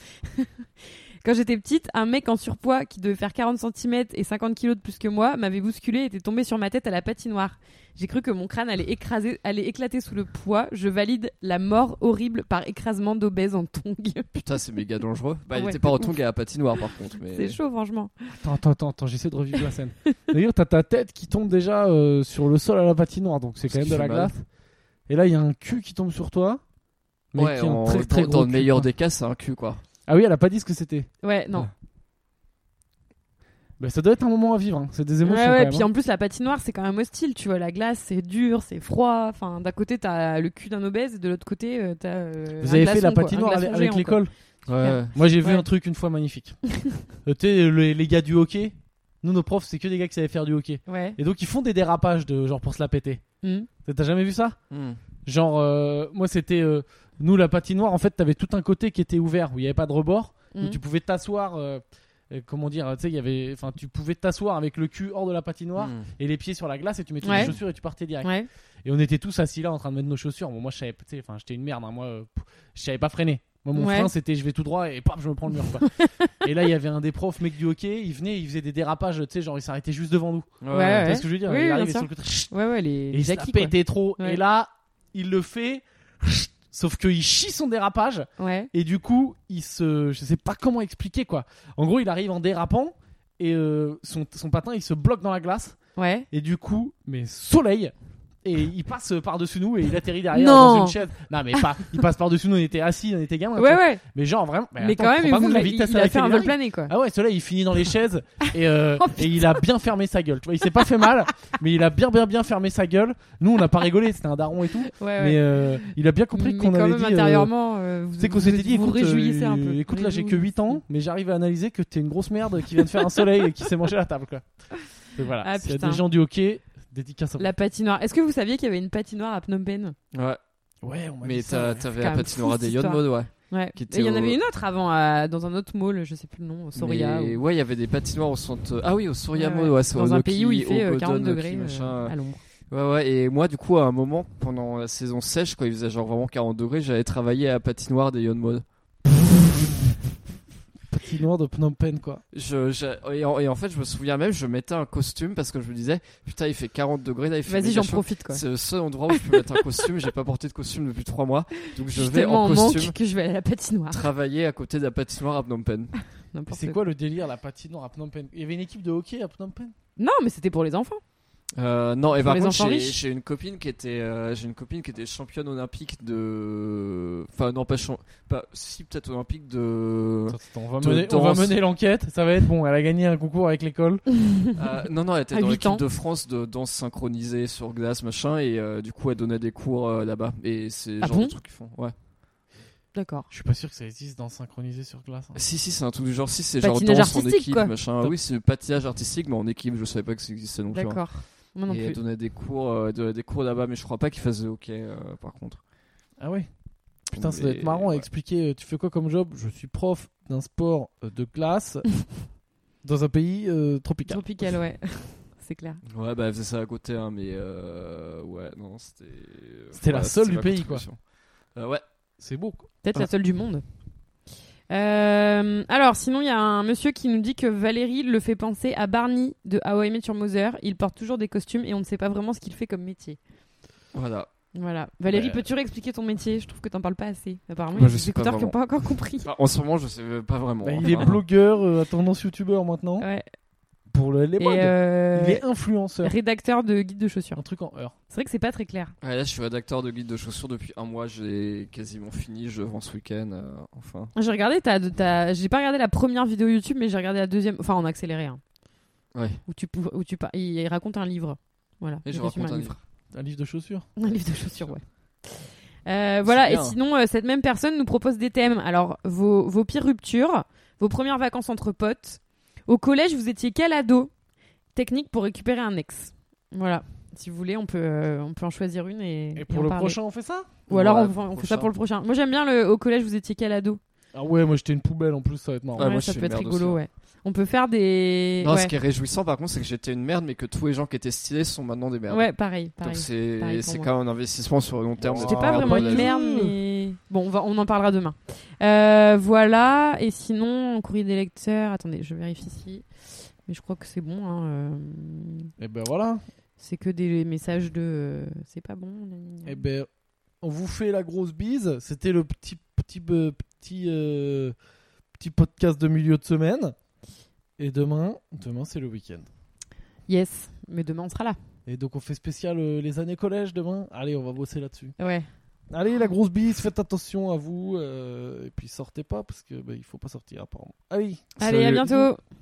Speaker 3: Quand j'étais petite, un mec en surpoids qui devait faire 40 cm et 50 kg de plus que moi m'avait bousculé et était tombé sur ma tête à la patinoire. J'ai cru que mon crâne allait, écraser, allait éclater sous le poids. Je valide la mort horrible par écrasement d'obèse en tongue.
Speaker 2: Putain, c'est méga dangereux. Bah, il
Speaker 3: Ouais,
Speaker 2: était pas en
Speaker 3: de
Speaker 2: tongs à la patinoire par contre. Mais...
Speaker 3: C'est chaud, franchement.
Speaker 1: Attends, attends, attends, attends, j'essaie de revivre la scène. D'ailleurs, t'as ta tête qui tombe déjà euh, sur le sol à la patinoire, donc c'est
Speaker 2: Ce
Speaker 1: quand même
Speaker 2: qui
Speaker 1: de
Speaker 2: fait
Speaker 1: la
Speaker 2: mal.
Speaker 1: glace. Et là, il y a un cul qui tombe sur toi. Mais
Speaker 2: Ouais,
Speaker 1: qui est un
Speaker 2: en-
Speaker 1: très, très
Speaker 2: dans,
Speaker 1: gros
Speaker 2: dans le
Speaker 1: cul,
Speaker 2: meilleur
Speaker 1: quoi.
Speaker 2: des cas, c'est un cul quoi.
Speaker 1: Ah oui, elle a pas dit ce que c'était.
Speaker 3: Ouais, non.
Speaker 1: Bah, ça doit être un moment à vivre, hein. c'est des émotions.
Speaker 3: ouais, ouais,
Speaker 1: quand même,
Speaker 3: puis
Speaker 1: hein.
Speaker 3: en plus la patinoire c'est quand même hostile, tu vois, la glace c'est dur, c'est froid, enfin d'un côté t'as le cul d'un obèse et de l'autre côté euh, t'as... euh,
Speaker 1: Vous
Speaker 3: un
Speaker 1: avez fait
Speaker 3: glaçon,
Speaker 1: la
Speaker 3: quoi, un
Speaker 1: patinoire
Speaker 3: glaçon
Speaker 1: avec- avec
Speaker 3: géant,
Speaker 1: l'école
Speaker 3: Ouais.
Speaker 1: Moi, j'ai vu
Speaker 3: Ouais.
Speaker 1: un truc une fois magnifique. Euh, tu sais, les, les gars du hockey, nous, nos profs, c'est que des gars qui savaient faire du hockey.
Speaker 3: quoi. Ouais.
Speaker 1: Et donc, ils font des dérapages de genre pour se la péter.
Speaker 3: Mm.
Speaker 1: T'as jamais vu ça
Speaker 2: Hmm.
Speaker 1: Genre, euh, moi, c'était. euh, nous, la patinoire, en fait, t'avais tout un côté qui était ouvert, où il n'y avait pas de rebord, où
Speaker 3: Mm.
Speaker 1: tu pouvais t'asseoir. euh, euh, comment dire, tu sais, il y avait. Enfin, tu pouvais t'asseoir avec le cul hors de la patinoire
Speaker 2: Hmm.
Speaker 1: et les pieds sur la glace et tu mettais
Speaker 3: Ouais.
Speaker 1: les chaussures et tu partais direct.
Speaker 3: Ouais.
Speaker 1: Et on était tous assis là en train de mettre nos chaussures. Bon, moi, je savais, tu sais, enfin, j'étais une merde. hein. Moi, euh, pff, je savais pas freiner. Moi, mon
Speaker 3: Ouais.
Speaker 1: frein, c'était je vais tout droit et paf, je me prends le mur. quoi. et là, il y avait un des profs, mec du hockey, il venait, il faisait des dérapages, tu sais, genre, il s'arrêtait juste devant nous.
Speaker 2: Ouais,
Speaker 1: Tu
Speaker 3: ouais.
Speaker 1: vois ce que je veux dire
Speaker 3: Oui,
Speaker 1: Il
Speaker 3: bien
Speaker 1: arrivait
Speaker 3: sûr.
Speaker 1: sur le côté, chut,
Speaker 3: Ouais, ouais, les,
Speaker 1: et
Speaker 3: les
Speaker 1: il se la
Speaker 3: acquis, quoi.
Speaker 1: pétait trop.
Speaker 3: Ouais.
Speaker 1: Et là, il le fait, chut, sauf qu'il chie son dérapage.
Speaker 3: Ouais.
Speaker 1: Et du coup, il se. Je sais pas comment expliquer, quoi. En gros, il arrive en dérapant et euh, son, son patin, il se bloque dans la glace.
Speaker 3: Ouais.
Speaker 1: Et du coup, mais soleil et il passe par-dessus nous et il atterrit derrière
Speaker 3: Non.
Speaker 1: dans une chaise. Non mais pas, il passe par-dessus nous, on était assis, on était gamins. tu
Speaker 3: Ouais,
Speaker 1: vois.
Speaker 3: ouais.
Speaker 1: Mais genre vraiment, mais,
Speaker 3: Mais
Speaker 1: attends,
Speaker 3: quand
Speaker 1: tu te
Speaker 3: même,
Speaker 1: rends pas
Speaker 3: il,
Speaker 1: compte de la
Speaker 3: voulait-
Speaker 1: vitesse
Speaker 3: il
Speaker 1: à
Speaker 3: a fait
Speaker 1: laquelle
Speaker 3: un
Speaker 1: il
Speaker 3: vol
Speaker 1: arrive
Speaker 3: plané, quoi.
Speaker 1: Ah ouais, soleil, il finit dans les chaises et, euh,
Speaker 3: Oh,
Speaker 1: et il a bien fermé sa gueule. Tu vois, il s'est pas fait mal, mais il a bien bien bien fermé sa gueule. Nous, on n'a pas rigolé, c'était un daron et tout,
Speaker 3: Ouais, ouais.
Speaker 1: mais euh, il a bien compris
Speaker 3: Mais
Speaker 1: qu'on
Speaker 3: quand
Speaker 1: avait
Speaker 3: même
Speaker 1: dit euh,
Speaker 3: intérieurement, euh, vous,
Speaker 1: tu sais qu'on
Speaker 3: vous-
Speaker 1: s'était dit,
Speaker 3: vous
Speaker 1: écoute,
Speaker 3: réjouissez
Speaker 1: euh,
Speaker 3: un peu.
Speaker 1: écoute là j'ai que
Speaker 3: Réjouissez.
Speaker 1: 8 ans, mais j'arrive à analyser que t'es une grosse merde qui vient de faire un soleil et qui s'est mangé la table quoi. Donc voilà,
Speaker 3: Ah,
Speaker 1: s'il y a
Speaker 3: putain.
Speaker 1: des gens du hockey, dédicace à vous.
Speaker 3: La patinoire. Est-ce que vous saviez qu'il y avait une patinoire à Phnom Penh
Speaker 2: Ouais.
Speaker 1: Ouais, on m'a
Speaker 2: Mais
Speaker 1: dit
Speaker 2: t'as-
Speaker 1: ça,
Speaker 2: t'avais
Speaker 1: ouais.
Speaker 3: C'est
Speaker 2: la
Speaker 3: quand même fou,
Speaker 2: patinoire
Speaker 3: cette
Speaker 2: des Yon
Speaker 3: histoire.
Speaker 2: Mode, ouais.
Speaker 3: Ouais.
Speaker 2: Qui
Speaker 3: Et
Speaker 2: était
Speaker 3: il y en
Speaker 2: au-
Speaker 3: avait une autre avant, à- dans un autre mall, je sais plus le nom, au Soria.
Speaker 2: Mais
Speaker 3: ou-
Speaker 2: Ouais, il y avait des patinoires au centre. Ah oui, au Soria
Speaker 3: Ouais,
Speaker 2: Mall,
Speaker 3: ouais.
Speaker 2: ouais, c'est au
Speaker 3: dans un
Speaker 2: Noki,
Speaker 3: pays où il
Speaker 2: au
Speaker 3: fait euh,
Speaker 2: Godon,
Speaker 3: 40
Speaker 2: Noki,
Speaker 3: degrés euh,
Speaker 2: machin.
Speaker 3: à l'ombre.
Speaker 2: Ouais, ouais, et moi, du coup, à un moment, pendant la saison sèche, quand il faisait genre vraiment 40 degrés, j'allais travailler à la patinoire des Yon Mode.
Speaker 1: Petit noir de Phnom Penh, quoi.
Speaker 2: Je, je- et, en, et en fait, je me souviens même, je mettais un costume parce que je me disais, putain, il fait 40 degrés là, il fait
Speaker 3: Vas-y,
Speaker 2: méga
Speaker 3: j'en
Speaker 2: chaud.
Speaker 3: profite quoi.
Speaker 2: C'est le seul endroit où je peux mettre un costume. J'ai pas porté de costume depuis 3 mois. Donc je
Speaker 3: suis
Speaker 2: vais en
Speaker 3: tellement
Speaker 2: costume
Speaker 3: manque que je vais aller à la patinoire.
Speaker 2: travailler à côté de la patinoire à Phnom Penh.
Speaker 1: Mais
Speaker 3: N'importe
Speaker 1: c'est quoi le délire, la patinoire à Phnom Penh Il y avait une équipe de hockey à Phnom Penh
Speaker 3: Non, mais c'était pour les enfants.
Speaker 2: Euh, non, et par
Speaker 3: les
Speaker 2: contre,
Speaker 3: enfants
Speaker 2: j'ai
Speaker 3: riches
Speaker 2: j'ai une copine qui était, euh, j'ai une copine qui était championne olympique de, enfin non pas champ, pas si peut-être olympique de,
Speaker 1: On va
Speaker 2: De
Speaker 1: mener, on va
Speaker 2: danse.
Speaker 1: mener l'enquête, ça va être bon. Elle a gagné un concours avec l'école.
Speaker 2: Euh, non non, elle était
Speaker 3: À
Speaker 2: dans
Speaker 3: huit
Speaker 2: l'équipe
Speaker 3: ans.
Speaker 2: de France de danse synchronisée sur glace machin et euh, du coup elle donnait des cours euh, là-bas et c'est le
Speaker 3: Ah
Speaker 2: genre
Speaker 3: bon
Speaker 2: de truc qu'ils font. Ouais.
Speaker 3: D'accord.
Speaker 1: Je suis pas sûr que ça existe dans synchronisé sur glace. hein.
Speaker 2: Si si, c'est un truc du genre si c'est genre
Speaker 3: Patinage
Speaker 2: danse en
Speaker 3: artistique,
Speaker 2: équipe
Speaker 3: quoi.
Speaker 2: machin. Ah Oui, c'est patinage artistique mais en équipe, je savais pas que ça existait non plus. hein.
Speaker 3: D'accord. Moi non
Speaker 2: et elle
Speaker 3: plus.
Speaker 2: donnait des cours, euh, elle donnait des cours là-bas mais je crois pas qu'ils fassent de hockey euh, par contre.
Speaker 1: Ah ouais Putain, ça doit
Speaker 2: Mais,
Speaker 1: être marrant à
Speaker 2: ouais.
Speaker 1: expliquer. euh, Tu fais quoi comme job Je suis prof d'un sport euh, de glace dans un pays euh, tropical.
Speaker 3: Tropical, ouais. C'est clair.
Speaker 2: Ouais, bah elle faisait ça à côté, hein, mais euh, ouais, non, c'était.
Speaker 1: C'était la
Speaker 2: ouais,
Speaker 1: seule du
Speaker 2: ma
Speaker 1: pays, quoi.
Speaker 2: contribution. Euh, ouais,
Speaker 1: C'est beau, quoi.
Speaker 3: Peut-être
Speaker 1: Ah.
Speaker 3: la seule du monde. Euh, alors, sinon, il y a un monsieur qui nous dit que Valérie le fait penser à Barney de How I Met Your Mother. Il porte toujours des costumes et on ne sait pas vraiment ce qu'il fait comme métier.
Speaker 2: voilà.
Speaker 3: Voilà. Valérie,
Speaker 1: Ouais.
Speaker 3: peux-tu réexpliquer ton métier Je trouve que t'en parles pas assez. Apparemment,
Speaker 2: Moi,
Speaker 3: il y
Speaker 2: je
Speaker 3: a
Speaker 2: sais
Speaker 3: des
Speaker 2: pas
Speaker 3: écouteurs qui n'ont
Speaker 2: vraiment.
Speaker 3: pas encore compris.
Speaker 2: Enfin, en ce moment, je sais pas vraiment.
Speaker 1: Bah,
Speaker 2: hein.
Speaker 1: il est blogueur euh, à tendance youtubeur maintenant.
Speaker 3: Ouais.
Speaker 1: pour le- les
Speaker 3: Et,
Speaker 1: modes.
Speaker 3: euh,
Speaker 1: Il est influenceur.
Speaker 3: rédacteur de guide de chaussures.
Speaker 1: Un truc en heure.
Speaker 3: C'est vrai que c'est pas très clair.
Speaker 2: Ouais, là, je suis rédacteur de guide de chaussures depuis un mois. J'ai quasiment fini. Je vends ce week-end. euh, enfin.
Speaker 3: J'ai regardé, t'as- t'as- j'ai pas regardé la première vidéo YouTube, mais j'ai regardé la deuxième, enfin en accéléré, hein,
Speaker 2: Ouais.
Speaker 3: où tu, pou- où tu par- il, il raconte un livre. Voilà.
Speaker 2: Et
Speaker 3: il
Speaker 2: je
Speaker 3: résume
Speaker 2: raconte un livre.
Speaker 1: Un livre de chaussures.
Speaker 3: Un livre de chaussures, ouais. Euh, voilà,
Speaker 2: C'est
Speaker 3: et
Speaker 2: bien.
Speaker 3: sinon, euh, cette même personne nous propose des thèmes. Alors, vos, vos pires ruptures, vos premières vacances entre potes. Au collège, vous étiez quel ado Technique pour récupérer un ex. Voilà. Si vous voulez, on peut, euh, on peut en choisir une et,
Speaker 1: Et
Speaker 3: et
Speaker 1: pour
Speaker 3: en
Speaker 1: le
Speaker 3: parler.
Speaker 1: prochain, on fait ça
Speaker 3: Ou alors,
Speaker 2: Ouais,
Speaker 3: on, on fait ça pour le prochain. Moi, j'aime bien le au collège, vous étiez quel ado
Speaker 1: Ah ouais, moi j'étais une poubelle en plus, ça va être marrant.
Speaker 2: Ouais, moi, je
Speaker 3: Ça
Speaker 2: suis
Speaker 3: peut être
Speaker 2: une merde hein.
Speaker 3: rigolo, ouais. On peut faire des.
Speaker 2: Non,
Speaker 3: ouais.
Speaker 2: ce qui est réjouissant, par contre, c'est que j'étais une merde, mais que tous les gens qui étaient stylés sont maintenant des merdes.
Speaker 3: Ouais, pareil, pareil.
Speaker 2: Donc c'est
Speaker 3: Pareil pour
Speaker 2: c'est
Speaker 3: moi.
Speaker 2: quand même un investissement sur le long terme.
Speaker 1: Wow.
Speaker 2: d'être
Speaker 3: C'était pas
Speaker 2: merde
Speaker 3: vraiment
Speaker 2: dans la
Speaker 3: une
Speaker 2: vie.
Speaker 3: merde, mais bon, on, va, on en parlera demain. Euh, voilà, et sinon, en courrier des lecteurs, attendez, je vérifie ici. Mais je crois que c'est bon. hein, euh,
Speaker 1: Et ben voilà.
Speaker 3: C'est que des messages de euh, c'est pas bon. gna gna gna.
Speaker 1: Et ben, on vous fait la grosse bise. C'était le petit petit euh, petit euh, petit podcast de milieu de semaine. Et demain, demain c'est le week-end.
Speaker 3: Yes, mais demain on sera là.
Speaker 1: Et donc on fait spécial euh, les années collège demain. Allez, on va bosser là-dessus.
Speaker 3: Ouais.
Speaker 1: Allez, la grosse bise. Faites attention à ben, vous. euh, et puis sortez pas parce que bah, il faut pas sortir apparemment. Allez.
Speaker 3: Allez,
Speaker 2: Salut.
Speaker 3: à bientôt.